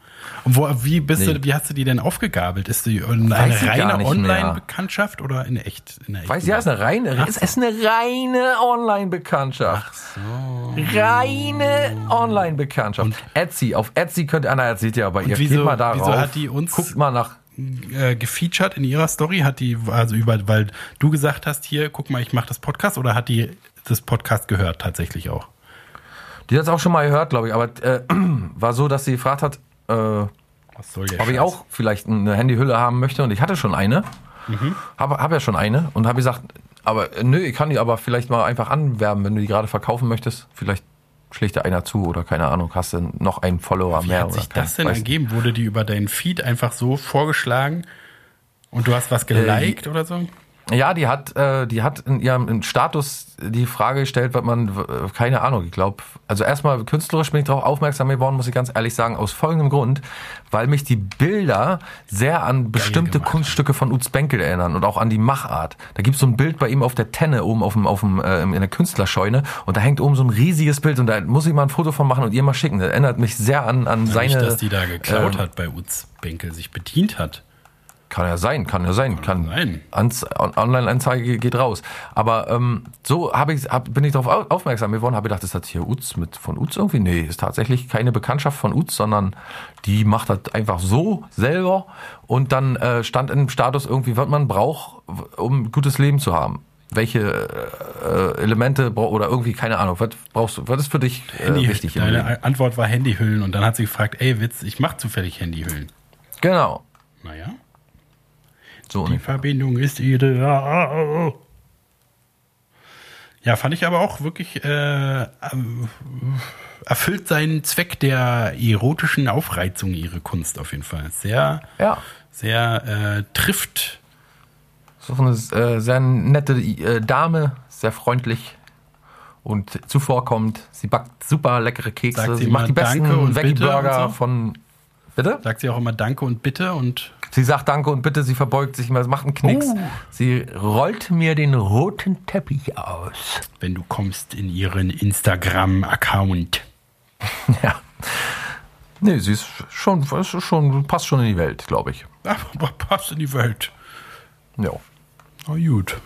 B: Und wo, wie bist
A: Nee.
B: du, wie hast du die denn aufgegabelt? Ist die eine
A: Weiß ich gar
B: reine
A: nicht
B: Online-Bekanntschaft oder in echt? In der
A: Weiß
B: echten
A: ja, ist eine reine, es ist eine reine Online-Bekanntschaft. Reine Online-Bekanntschaft. Etsy, auf Etsy könnt ihr, Anna erzählt ja bei ihr,
B: wieso-
A: geht mal da
B: wieso
A: rauf,
B: hat die uns-
A: guckt mal nach,
B: äh, gefeatured in ihrer Story? Hat die, also über, weil du gesagt hast, hier, guck mal, ich mache das Podcast oder hat die das Podcast gehört tatsächlich auch?
A: die hat's auch schon mal gehört, glaube ich, aber äh, war so, dass sie gefragt hat, äh,
B: Was soll der
A: ob ich
B: Scheiß?
A: auch vielleicht eine Handyhülle haben möchte und ich hatte schon eine.
B: Mhm.
A: Habe hab ja schon eine und habe gesagt, aber äh, nö, ich kann die aber vielleicht mal einfach anwerben, wenn du die gerade verkaufen möchtest. Vielleicht schlägt dir einer zu oder keine Ahnung, hast du noch einen Follower
B: Wie
A: mehr
B: hat
A: oder
B: sich
A: keinen,
B: das denn
A: weiß
B: ergeben? Wurde die über deinen Feed einfach so vorgeschlagen und du hast
A: Äh,
B: was geliked oder so?
A: Ja, die hat, äh, die hat in ihrem Status die Frage gestellt, was man, äh, keine Ahnung, ich glaube. Also erstmal künstlerisch bin ich darauf aufmerksam geworden, muss ich ganz ehrlich sagen, aus folgendem Grund, weil mich die Bilder sehr an bestimmte
B: gemacht.
A: Kunststücke von Utz Benkel erinnern und auch an die Machart. Da gibt's so ein Bild bei ihm auf der Tenne oben auf dem, auf dem, äh, in der Künstlerscheune und da hängt oben so ein riesiges Bild und da muss ich mal ein Foto von machen und ihr mal schicken. Das erinnert mich sehr an, an seine.
B: Nicht, dass die da geklaut
A: ähm,
B: hat bei Utz Benkel, sich bedient hat.
A: Kann ja sein, kann ja sein. Kann
B: sein.
A: Ans- on- Online-Anzeige geht raus. Aber ähm, so hab ich, hab, bin ich darauf au- aufmerksam geworden, habe gedacht, ist das hier Uz mit von Uz irgendwie? Nee, ist tatsächlich keine Bekanntschaft von Uz, sondern die macht das einfach so selber. Und dann äh, stand im Status irgendwie, was man braucht, w- um ein gutes Leben zu haben. Welche äh, Elemente bra- oder irgendwie, keine Ahnung, was brauchst du, was ist für dich äh,
B: Handy,
A: wichtig im Leben?
B: deine Antwort war Handyhüllen und dann hat sie gefragt, ey Witz, ich mache zufällig Handyhüllen.
A: Genau.
B: Naja,
A: So
B: die Verbindung ist ihre. Ja, fand ich aber auch wirklich äh, ähm, erfüllt seinen Zweck der erotischen Aufreizung ihre Kunst auf jeden Fall. Sehr,
A: Ja.
B: sehr äh, trifft
A: So eine äh, sehr nette äh, Dame, sehr freundlich und zuvorkommt. Sie backt super leckere Kekse.
B: Sagt sie
A: sie macht die
B: immer
A: besten
B: Danke und bitte
A: Veggie-Burger
B: und so?
A: von. Bitte?
B: Sagt sie auch immer Danke und Bitte und
A: Sie sagt Danke und bitte, sie verbeugt sich immer, macht einen Knicks.
B: Oh.
A: Sie rollt mir den roten Teppich aus.
B: wenn du kommst in ihren Instagram-Account.
A: Ja. Nee, sie ist schon, ist schon passt schon in die Welt, glaube ich.
B: Aber passt in die Welt.
A: Ja.
B: Na gut.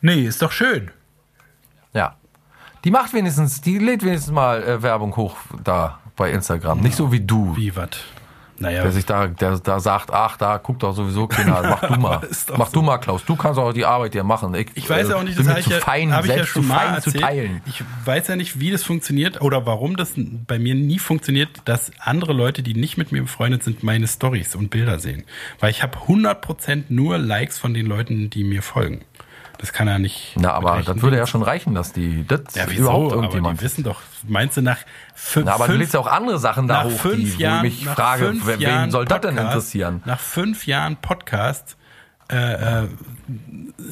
B: Nee, ist doch schön.
A: Ja. Die macht wenigstens, die lädt wenigstens mal äh, Werbung hoch da bei Instagram. Nicht so wie du.
B: Wie was? Naja.
A: Der sich da, der da sagt, ach, da guckt doch sowieso keiner, mach du mal.
B: ist doch
A: mach du mal, Klaus. Du kannst auch die Arbeit dir machen. äh,
B: Ich weiß ja auch nicht,
A: bin
B: das
A: mir
B: habe ich
A: zu
B: ja,
A: fein,
B: hab ich ja
A: selbst
B: schon
A: zu
B: mal
A: fein zu
B: erzählt.
A: teilen.
B: Ich weiß ja nicht, wie das funktioniert oder warum das bei mir nie funktioniert, dass andere Leute, die nicht mit mir befreundet sind, meine Stories und Bilder sehen. Weil ich habe 100% nur Likes von den Leuten, die mir folgen. Das kann ja nicht.
A: Na, aber
B: mitrechnen.
A: das würde ja schon reichen, dass die das
B: ja, wieso?
A: überhaupt
B: aber
A: irgendjemand.
B: die wissen doch, meinst du nach fünf,
A: Na, aber du
B: fünf-
A: lädst ja auch andere Sachen da
B: nach
A: hoch,
B: fünf
A: die,
B: Jahren,
A: wo ich mich
B: nach
A: frage,
B: fünf
A: wer- wen
B: Jahren
A: soll das denn
B: Podcast-
A: interessieren?
B: Nach fünf Jahren Podcast, äh, äh,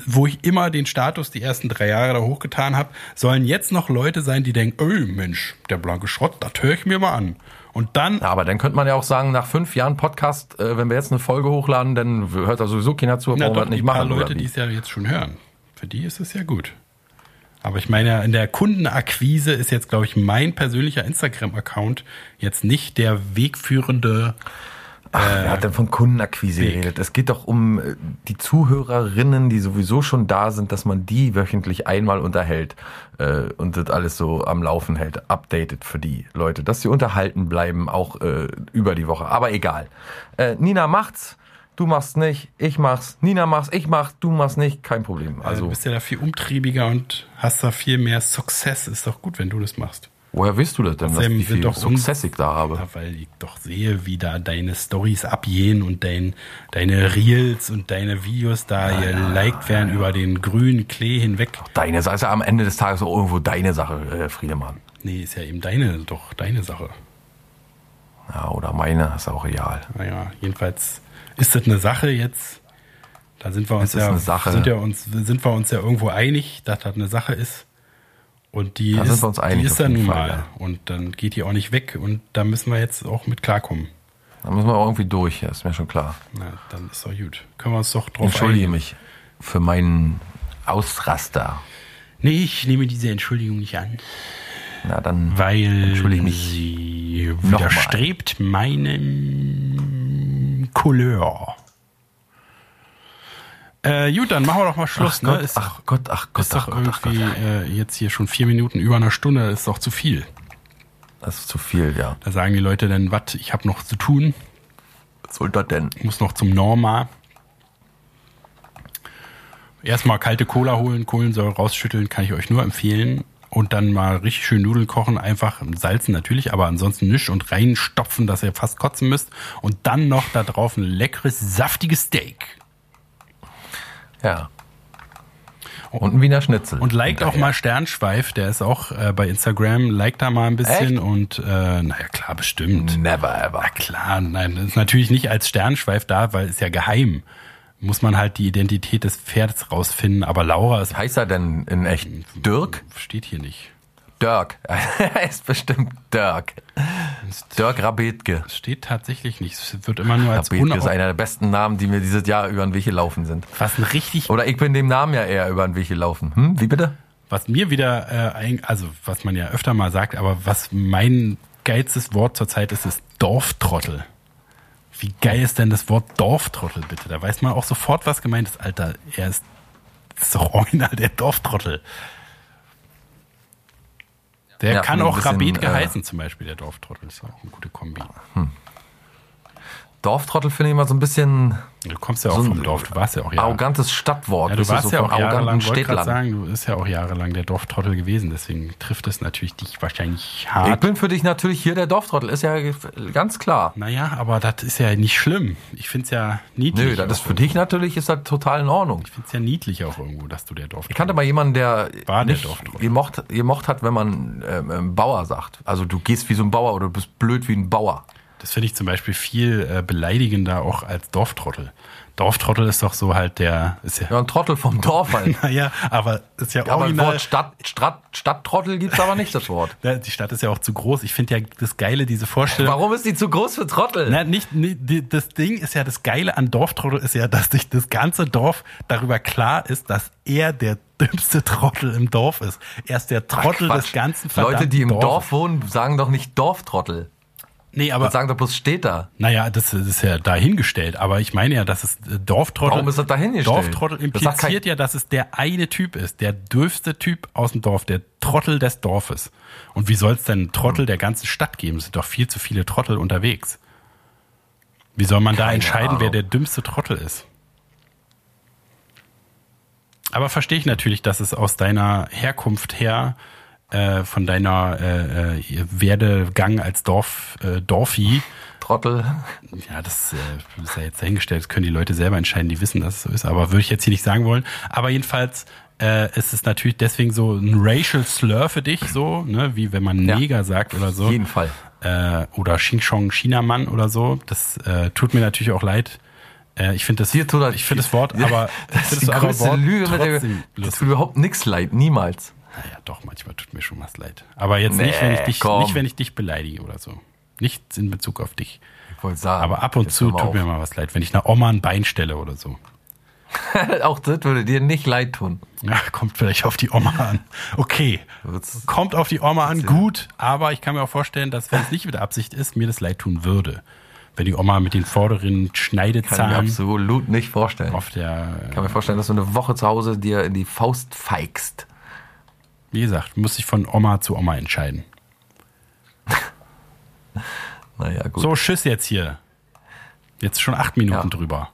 B: wo ich immer den Status die ersten drei Jahre da hochgetan habe, sollen jetzt noch Leute sein, die denken, öh, Mensch, der blanke Schrott, das höre ich mir mal an. Und dann,
A: Na, aber dann könnte man ja auch sagen, nach fünf Jahren Podcast, äh, wenn wir jetzt eine Folge hochladen, dann hört da sowieso keiner zu,
B: na
A: warum wir das
B: doch, die
A: nicht
B: paar
A: machen.
B: Leute,
A: Oder
B: die
A: wie?
B: es ja jetzt schon hören, für die ist es ja gut. Aber ich meine, in der Kundenakquise ist jetzt, glaube ich, mein persönlicher Instagram-Account jetzt nicht der wegführende
A: Wer hat denn von Kundenakquise
B: Äh, Weg.
A: geredet? Es geht doch um äh, die Zuhörerinnen, die sowieso schon da sind, dass man die wöchentlich einmal unterhält äh, und das alles so am Laufen hält, updated für die Leute, dass sie unterhalten bleiben, auch äh, über die Woche. Aber egal. Äh, Nina macht's, du machst nicht, ich mach's, Nina macht's, ich mach's, du machst nicht, kein Problem.
B: Also,
A: Also,
B: du bist ja da viel umtriebiger und hast da viel mehr Success. Ist doch gut, wenn du das machst.
A: woher willst du das denn, dass
B: Sam,
A: wie
B: sind
A: viel
B: doch uns-
A: Success ich da habe?
B: Ja, weil ich doch sehe, wie da deine Stories abgehen und dein, deine Reels und deine Videos da geliked werden über den grünen Klee hinweg.
A: Deine Sache ist ja am Ende des Tages auch irgendwo deine Sache, äh, Friedemann.
B: Nee, ist ja eben deine, doch deine Sache.
A: Ja, oder meine, ist auch egal.
B: Naja, jedenfalls ist das eine Sache jetzt. Da sind wir uns
A: Es ist
B: ja,
A: eine Sache.
B: Sind, ja uns, sind wir uns ja irgendwo einig, dass das eine Sache ist. Und die
A: Da
B: ist,
A: sind wir uns einig
B: die
A: auf
B: ist dann
A: jeden
B: nun
A: Fall,
B: mal.
A: ja.
B: Und dann geht die auch nicht weg. Und da müssen wir jetzt auch mit klarkommen.
A: Da müssen wir auch irgendwie durch, ja, ist mir schon klar.
B: Na, dann ist doch gut. Können wir uns doch drauf
A: Entschuldige
B: einigen.
A: mich für meinen Ausraster.
B: Nee, ich nehme diese Entschuldigung nicht an.
A: Na, dann
B: Weil
A: entschuldige mich.
B: sie
A: mal.
B: widerstrebt meinem Couleur. Äh, gut, dann machen wir doch mal Schluss.
A: Ach
B: ne?
A: Gott,
B: Ist
A: ach Gott, ach Gott,
B: Ist
A: ach
B: doch
A: Gott, ach Gott.
B: irgendwie äh, jetzt hier schon vier Minuten über einer Stunde, das ist doch zu viel.
A: Das ist zu viel, ja.
B: Da sagen die Leute dann, was, ich habe noch zu tun,
A: Was soll das denn?
B: muss noch zum Norma. Erstmal kalte Cola holen, Kohlensäure rausschütteln, kann ich euch nur empfehlen. Und dann mal richtig schön Nudeln kochen, einfach salzen natürlich, aber ansonsten nisch und reinstopfen, dass ihr fast kotzen müsst. Und dann noch da drauf ein leckeres, saftiges Steak.
A: Ja. Und ein Wiener Schnitzel.
B: Und liked auch
A: hinterher.
B: mal Sternschweif, der ist auch äh, bei Instagram. Liked da mal ein bisschen
A: Echt?
B: und äh, naja, klar, bestimmt.
A: Never ever.
B: Na Ah, klar, nein, das ist natürlich nicht als Sternschweif da, weil ist ja geheim. Muss man halt die Identität des Pferdes rausfinden, aber Laura ist halt,
A: Heißt er denn in echt Dirk?
B: steht hier nicht.
A: Dirk. er ist bestimmt Dirk. Dirk Rabetke.
B: Es Steht tatsächlich nicht. Es wird immer nur als
A: Rabetke ist
B: unau-
A: einer der besten Namen, die mir dieses Jahr über den Weg gelaufen sind.
B: was ein richtig,
A: Oder ich bin dem Namen ja eher über den Weg gelaufen. Hm, wie bitte?
B: was mir wieder äh, ein, also was man ja öfter mal sagt, aber was mein geilstes Wort zurzeit ist, ist Dorftrottel. Wie geil ist denn das Wort Dorftrottel bitte? Da weiß man auch sofort, was gemeint ist, Alter. Er ist, das ist doch original der Dorftrottel. Der
A: Ja,
B: kann
A: ein
B: auch
A: bisschen,
B: Rabetke
A: äh,
B: heißen, zum Beispiel, der Dorftrottel. Ist auch eine gute Kombi.
A: Dorftrottel finde ich immer so ein bisschen
B: Du kommst ja auch
A: So ein
B: vom Dorf, du warst ja auch Jahre.
A: arrogantes Stadtwort.
B: Ja, du
A: Wisst ihr,
B: warst ja
A: vom
B: auch jahrelang, wollte grad
A: Städtland.
B: sagen, du bist ja auch jahrelang der Dorftrottel gewesen, deswegen trifft es natürlich dich wahrscheinlich hart.
A: Ich bin für dich natürlich hier der Dorftrottel, ist ja ganz klar.
B: Naja, aber das ist ja nicht schlimm. Ich find's ja niedlich.
A: Nö, das ist
B: auch
A: für dich natürlich ist das total in Ordnung.
B: Ich find's ja niedlich auch irgendwo, dass du der Dorf.
A: Ich kannte mal jemanden, der,
B: War der
A: nicht
B: Dorftrottel.
A: gemocht, gemocht hat, wenn man ähm, ähm, Bauer sagt. Also du gehst wie so ein Bauer oder du bist blöd wie ein Bauer.
B: Das finde ich zum Beispiel viel äh, beleidigender auch als Dorftrottel. Dorftrottel ist doch so halt der. Ist ja,
A: Ja, ein Trottel vom Dorf halt.
B: Naja, aber ist ja
A: Aber das
B: original.
A: Wort Stadt, Stadt, Stadttrottel gibt's aber nicht, das Wort.
B: Na, die Stadt ist ja auch zu groß. Ich finde ja das Geile, diese Vorstellung.
A: Warum ist die zu groß für Trottel?
B: Na, nicht, nee, die- das Ding ist ja, das Geile an Dorftrottel ist ja, dass sich das ganze Dorf darüber klar ist, dass er der dümmste Trottel im Dorf ist. Er ist der
A: Ach,
B: Trottel
A: Quatsch.
B: des ganzen
A: Leute, die im
B: verdammten
A: Dorf.
B: Dorfes.
A: wohnen, sagen doch nicht Dorftrottel.
B: Nee,
A: Die
B: aber
A: sagen doch bloß Städter.
B: naja, das ist ja dahingestellt. Aber ich meine ja, dass es äh, Dorftrottel.
A: Warum ist das dahingestellt?
B: Dorftrottel
A: Das sagt
B: impliziert ja, dass es der eine Typ ist, der dürfste Typ aus dem Dorf, der Trottel des Dorfes.
A: Hm.
B: Und wie soll es denn einen Trottel der ganzen Stadt geben? Es sind doch viel zu viele Trottel unterwegs. Wie soll man da
A: Keine
B: entscheiden, wer
A: Ahnung.
B: der dümmste Trottel ist? Aber verstehe ich natürlich, dass es aus deiner Herkunft her, äh, von deiner äh, äh, Werdegang als Dorf, äh, Dorfi,
A: Trottel.
B: ja, das äh, ist ja jetzt dahingestellt, das können die Leute selber entscheiden, die wissen, dass es so ist, aber würde ich jetzt hier nicht sagen wollen. Aber jedenfalls äh, ist es natürlich deswegen so ein Racial Slur für dich, so, ne, wie wenn man
A: Ja.
B: Neger sagt oder so.
A: Auf jeden Fall.
B: Äh, oder Xingchong Chinamann oder so. Das äh, tut mir natürlich auch leid. Äh, ich finde das,
A: Dir tut das-
B: ich finde das Wort, aber ich
A: Das
B: finde
A: ist die
B: das
A: größte
B: Wort
A: Lüge, mit der
B: trotzdem
A: das
B: lustig.
A: tut überhaupt nichts leid, niemals.
B: Naja, doch, manchmal tut mir schon was leid. Aber jetzt nicht,
A: Nee,
B: wenn ich dich,
A: komm.
B: nicht, wenn ich dich beleidige oder so. Nichts in Bezug auf dich.
A: Ich wollte sagen.
B: Aber ab und
A: jetzt
B: zu
A: hör mal
B: tut mir mal was leid, wenn ich einer Oma ein Bein stelle oder so.
A: auf. Auch das würde dir nicht leid tun.
B: Ja, kommt vielleicht auf die Oma an. Okay.
A: Wird's-
B: Kommt auf die Oma an, gut, aber ich kann mir auch vorstellen, dass, wenn es nicht mit Absicht ist, mir das leid tun würde. Wenn die Oma mit den vorderen
A: Kann ich mir
B: Schneidezahlen
A: absolut nicht vorstellen.
B: auf der,
A: Ich kann mir vorstellen, dass du eine Woche zu Hause dir in die Faust feigst.
B: wie gesagt, muss ich von Oma zu Oma entscheiden.
A: Naja, gut.
B: So, tschüss jetzt hier. Jetzt schon acht Minuten
A: Ja.
B: drüber.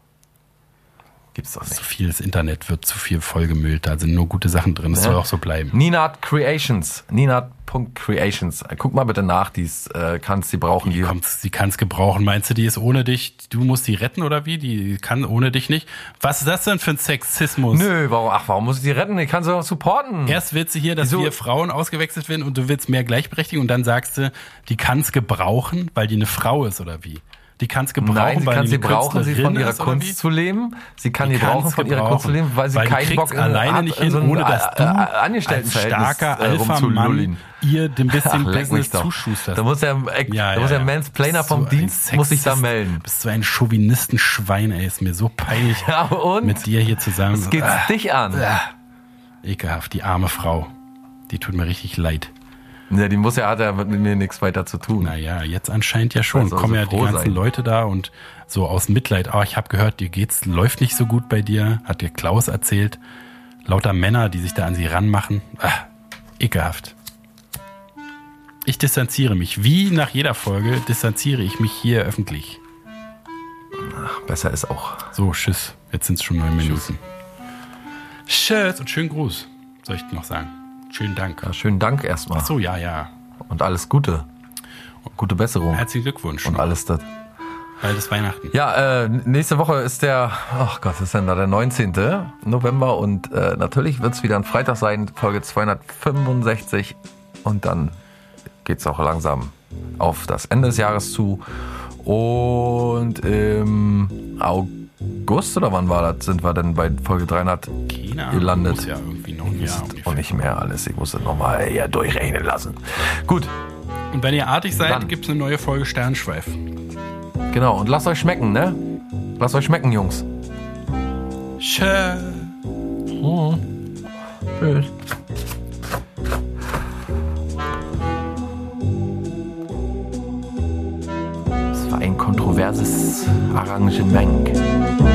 A: gibt's doch
B: Zu viel, das Internet wird zu viel vollgemüllt. Da sind nur gute Sachen drin. Das
A: Ne?
B: soll auch so bleiben.
A: Ninat Creations. Ninat.creations. Guck mal bitte nach, die äh, kannst die brauchen. Die
B: Kommt, sie kann es gebrauchen. Meinst du, die ist ohne dich? Du musst die retten oder wie? Die kann ohne dich nicht. Was ist das denn für ein Sexismus?
A: Nö, warum, ach, warum muss ich die retten? Ich kann sie doch supporten.
B: Erst willst du hier, dass
A: Wieso?
B: wir Frauen ausgewechselt werden und du willst mehr Gleichberechtigung und dann sagst du, die kann es gebrauchen, weil die eine Frau ist oder wie? Die kann es gebrauchen,
A: Nein, sie
B: weil
A: kann
B: die
A: sie
B: eine
A: brauchen, sie von
B: Künstlerin
A: ihrer
B: ist oder
A: Kunst
B: wie?
A: zu leben. Sie kann die
B: Die
A: brauchen,
B: kann's
A: von ihrer Kunst zu
B: gebrauchen,
A: leben, weil sie
B: weil du
A: keinen
B: kriegst
A: Bock in-
B: alleine
A: hat,
B: nicht
A: in
B: hin,
A: so ein
B: ohne dass
A: äh,
B: du
A: äh,
B: als
A: Angestelltenverhältnis
B: starker
A: äh,
B: Alpha-Mann
A: rumzulullen.
B: ihr dem bisschen
A: Ach, leck mich
B: Business
A: doch.
B: zuschusterst.
A: Da muss der, äh,
B: Ja,
A: da
B: ja,
A: muss der
B: ja.
A: Mansplainer
B: Bist du
A: vom
B: ein
A: Dienst muss sich da
B: Sexist,
A: melden.
B: Bist du ein Chauvinistenschwein, ey, ist mir so peinlich.
A: Ja, und?
B: Mit dir hier zusammen.
A: Jetzt geht's
B: Ah,
A: dich an.
B: ekelhaft, die arme Frau. Die tut mir richtig leid.
A: Ja, die muss ja, hat ja mit mir nichts weiter zu tun.
B: Naja, jetzt anscheinend ja schon.
A: Also, also
B: Kommen ja die
A: froh
B: ganzen
A: sein.
B: Leute da und so aus Mitleid. Ah, ich habe gehört, dir geht's, läuft nicht so gut bei dir, hat dir Klaus erzählt. Lauter Männer, die sich da an sie ranmachen. Ah, ekelhaft. Ich distanziere mich. Wie nach jeder Folge distanziere ich mich hier öffentlich.
A: Besser ist auch.
B: So, tschüss. Jetzt sind's schon neun Minuten. Tschüss und schönen Gruß, soll ich noch sagen. Schönen Dank.
A: Ja, schönen Dank erstmal.
B: So, ja, ja.
A: Und alles Gute. Gute Besserung.
B: Herzlichen Glückwunsch.
A: Und alles das.
B: Bald ist Weihnachten.
A: Ja, äh, nächste Woche ist der, ach Gott, was ist denn da, der 19. November und äh, natürlich wird es wieder ein Freitag sein, Folge 265 und dann geht es auch langsam auf das Ende des Jahres zu und im August oder wann war das, sind wir denn bei Folge 300
B: China
A: gelandet?
B: muss ja irgendwie noch ein Jahr ungefähr.
A: Und nicht mehr alles, ich muss das nochmal eher durchrechnen lassen. Gut,
B: Und wenn ihr artig seid,
A: Dann.
B: gibt es eine neue Folge Sternschweif.
A: genau und lasst euch schmecken, ne? Lasst euch schmecken, Jungs.
B: Tschö.
A: Tschüss. Es war ein kontroverses Arrangement.